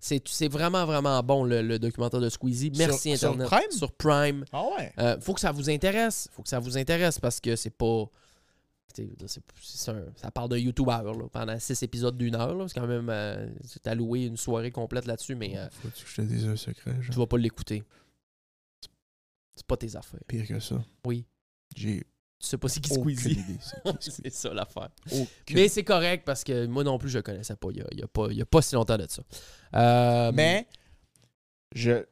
H: c'est c'est vraiment, vraiment bon, le, le documentaire de Squeezie. Merci,
I: sur
H: Internet.
I: Prime?
H: Sur Prime.
I: Ah ouais?
H: Euh, faut que ça vous intéresse. Faut que ça vous intéresse parce que c'est pas. t'sais, je veux dire, c'est- c'est un- ça parle de youtubeur là, pendant six épisodes d'une heure. là. C'est quand même. euh, c'est alloué une soirée complète là-dessus, mais euh,
I: Faut que je te dise un secret,
H: tu
I: genre.
H: vas pas l'écouter. C'est pas tes affaires.
I: Pire que ça.
H: Oui.
I: J'ai
H: Tu sais pas c'est qui
I: aucune
H: Squeezie.
I: idée. c'est qui Squeezie.
H: C'est ça l'affaire.
I: Aucune.
H: Mais c'est correct parce que moi non plus, je connaissais pas. Il y a, il y a pas, il y a pas si longtemps de ça. Euh,
I: Mais je,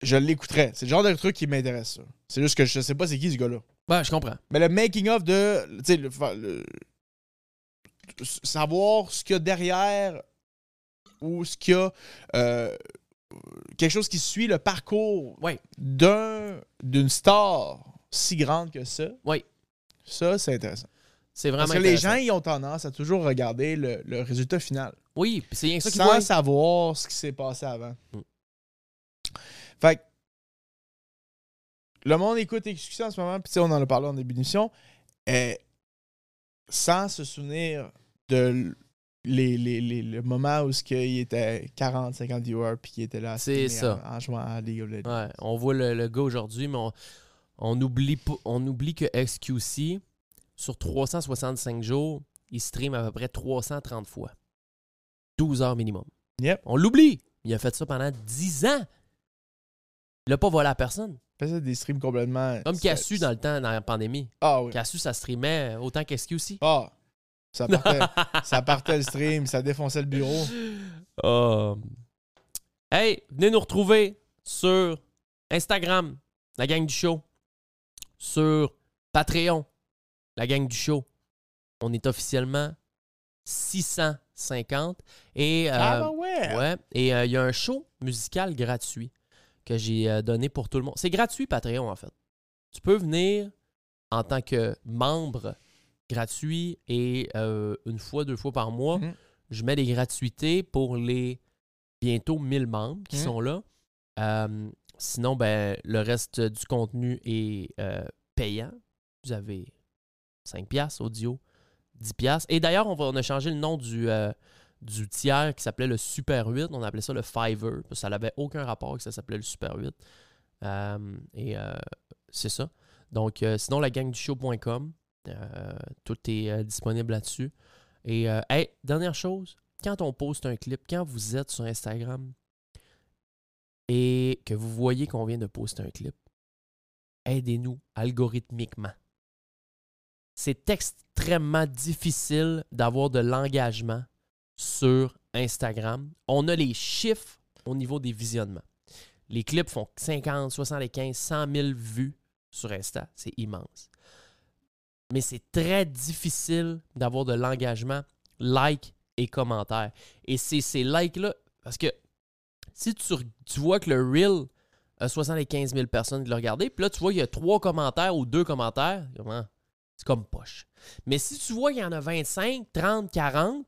I: je l'écouterais. C'est le genre de truc qui m'intéresse. ça. C'est juste que je sais pas c'est qui ce gars-là.
H: ouais, je comprends.
I: Mais le making of de. Tu sais, le, fa- le- savoir ce qu'il y a derrière ou ce qu'il y a. euh, quelque chose qui suit le parcours
H: Ouais.
I: d'un d'une star si grande que ça.
H: Ouais.
I: Ça, c'est intéressant.
H: C'est vraiment.
I: Parce que les gens,
H: intéressant.
I: ils ont tendance à toujours regarder le, le résultat final
H: Oui, puis c'est rien que ça qui
I: sans savoir ce qui s'est passé avant.
H: Mm.
I: Fait que le monde écoute XQC en ce moment, puis tu sais, on en a parlé en début d'émission, euh, sans se souvenir de l- les, les, les- le moment où ce que il était 40, 50 viewers, puis qu'il était là à
H: C'est
I: streamer en, en jouant à League of Legends.
H: Ouais, on voit le, le gars aujourd'hui, mais on, on oublie, pas- on oublie que XQC, sur 365 jours, il stream à peu près 330 fois. 12 heures minimum.
I: Yep.
H: On l'oublie. Il a fait ça pendant 10 ans. Il a pas volé à personne.
I: Il faisait des streams complètement.
H: Comme
I: c'était-
H: Cassu dans le temps, dans la pandémie.
I: Ah oui.
H: Cassu, ça streamait autant qu'XQC.
I: Ah! Ça partait, ça partait le stream, ça défonçait le bureau.
H: Euh, Hey, venez nous retrouver sur Instagram, la gang du show. Sur Patreon, la gang du show. On est officiellement 650. Et, euh,
I: ah, ben ouais!
H: ouais, et euh, il y a un show musical gratuit que j'ai euh, donné pour tout le monde. C'est gratuit, Patreon, en fait. Tu peux venir en tant que membre gratuit et euh, une fois, deux fois par mois,
I: Mhm.
H: je mets des gratuités pour les bientôt 1000 membres qui
I: Mhm.
H: sont là. Euh, sinon, ben, le reste du contenu est euh, payant. Vous avez 5 piastres audio, 10 piastres. Et d'ailleurs, on, va- on a changé le nom du, euh, du tiers qui s'appelait le Super 8. On appelait ça le Fiverr. parce que Ça n'avait aucun rapport que ça s'appelait le Super 8. Euh, et euh, c'est ça. Donc, euh, sinon, la gangdushow.com. euh, tout est euh, disponible là-dessus. Et, euh, hey, dernière chose, quand on poste un clip, quand vous êtes sur Instagram et que vous voyez qu'on vient de poster un clip, aidez-nous algorithmiquement. C'est extrêmement difficile d'avoir de l'engagement sur Instagram. On a les chiffres au niveau des visionnements. Les clips font 50, 75, 100 000 vues sur Insta. C'est immense. Mais c'est très difficile d'avoir de l'engagement, like et commentaires. Et c'est ces likes-là, Parce que si tu, re- tu vois que le reel a 75 000 personnes qui l'ont regardé, puis là, tu vois, il y a trois commentaires ou deux commentaires, comment? c'est comme poche. Mais si tu vois qu'il y en a 25, 30, 40,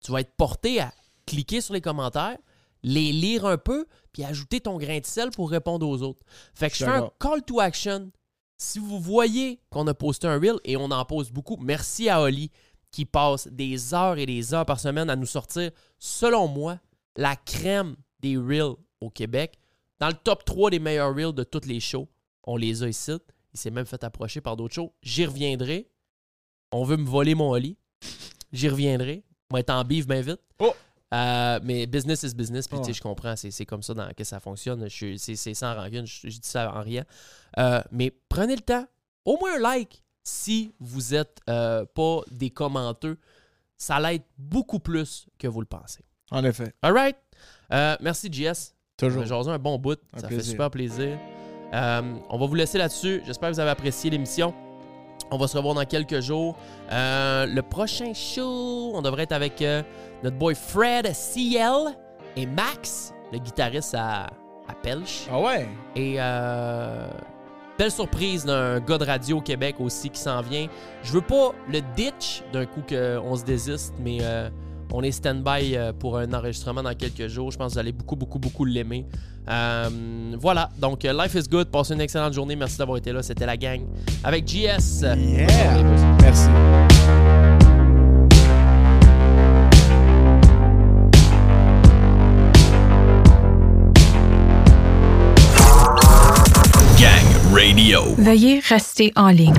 H: tu vas être porté à cliquer sur les commentaires, les lire un peu, puis ajouter ton grain de sel pour répondre aux autres. Fait que je fais un
I: D'accord.
H: call to action. Si vous voyez qu'on a posté un reel, et on en pose beaucoup, merci à Oli qui passe des heures et des heures par semaine à nous sortir, selon moi, la crème des reels au Québec. Dans le top 3 des meilleurs reels de toutes les shows, on les a ici. Il s'est même fait approcher par d'autres shows. J'y reviendrai. On veut me voler mon Oli. J'y reviendrai. On va être en bif bien vite.
I: Oh!
H: Euh, mais business is business, puis tu sais,
I: Ouais.
H: je comprends, c'est c'est comme ça dans- que ça fonctionne. Je suis- C'est c'est sans rancune, je, je dis ça en riant. Euh, mais prenez le temps, au moins un like si vous n'êtes pas des commenteux. Ça l'aide beaucoup plus que vous le pensez.
I: En effet,
H: All right. Euh, merci, JS.
I: toujours.
H: J'ai jasé un bon bout.
I: Un
H: ça fait
I: plaisir.
H: super plaisir. Euh, on va vous laisser là-dessus. J'espère que vous avez apprécié l'émission. On va se revoir dans quelques jours. Euh, le prochain show, on devrait être avec euh, notre boy Fred CL et Max, le guitariste à, à Pelch.
I: Ah ouais?
H: Et euh, belle surprise d'un gars de radio au Québec aussi qui s'en vient. Je veux pas le ditch d'un coup qu'on se désiste, mais euh, on est stand-by euh, pour un enregistrement dans quelques jours. Je pense que vous allez beaucoup, beaucoup, beaucoup l'aimer. Euh, voilà, donc euh, Life is Good. Passez une excellente journée. Merci d'avoir été là. C'était la gang avec JS.
I: Yeah! É. Merci.
A: Gang Radio.
K: Veuillez rester en ligne.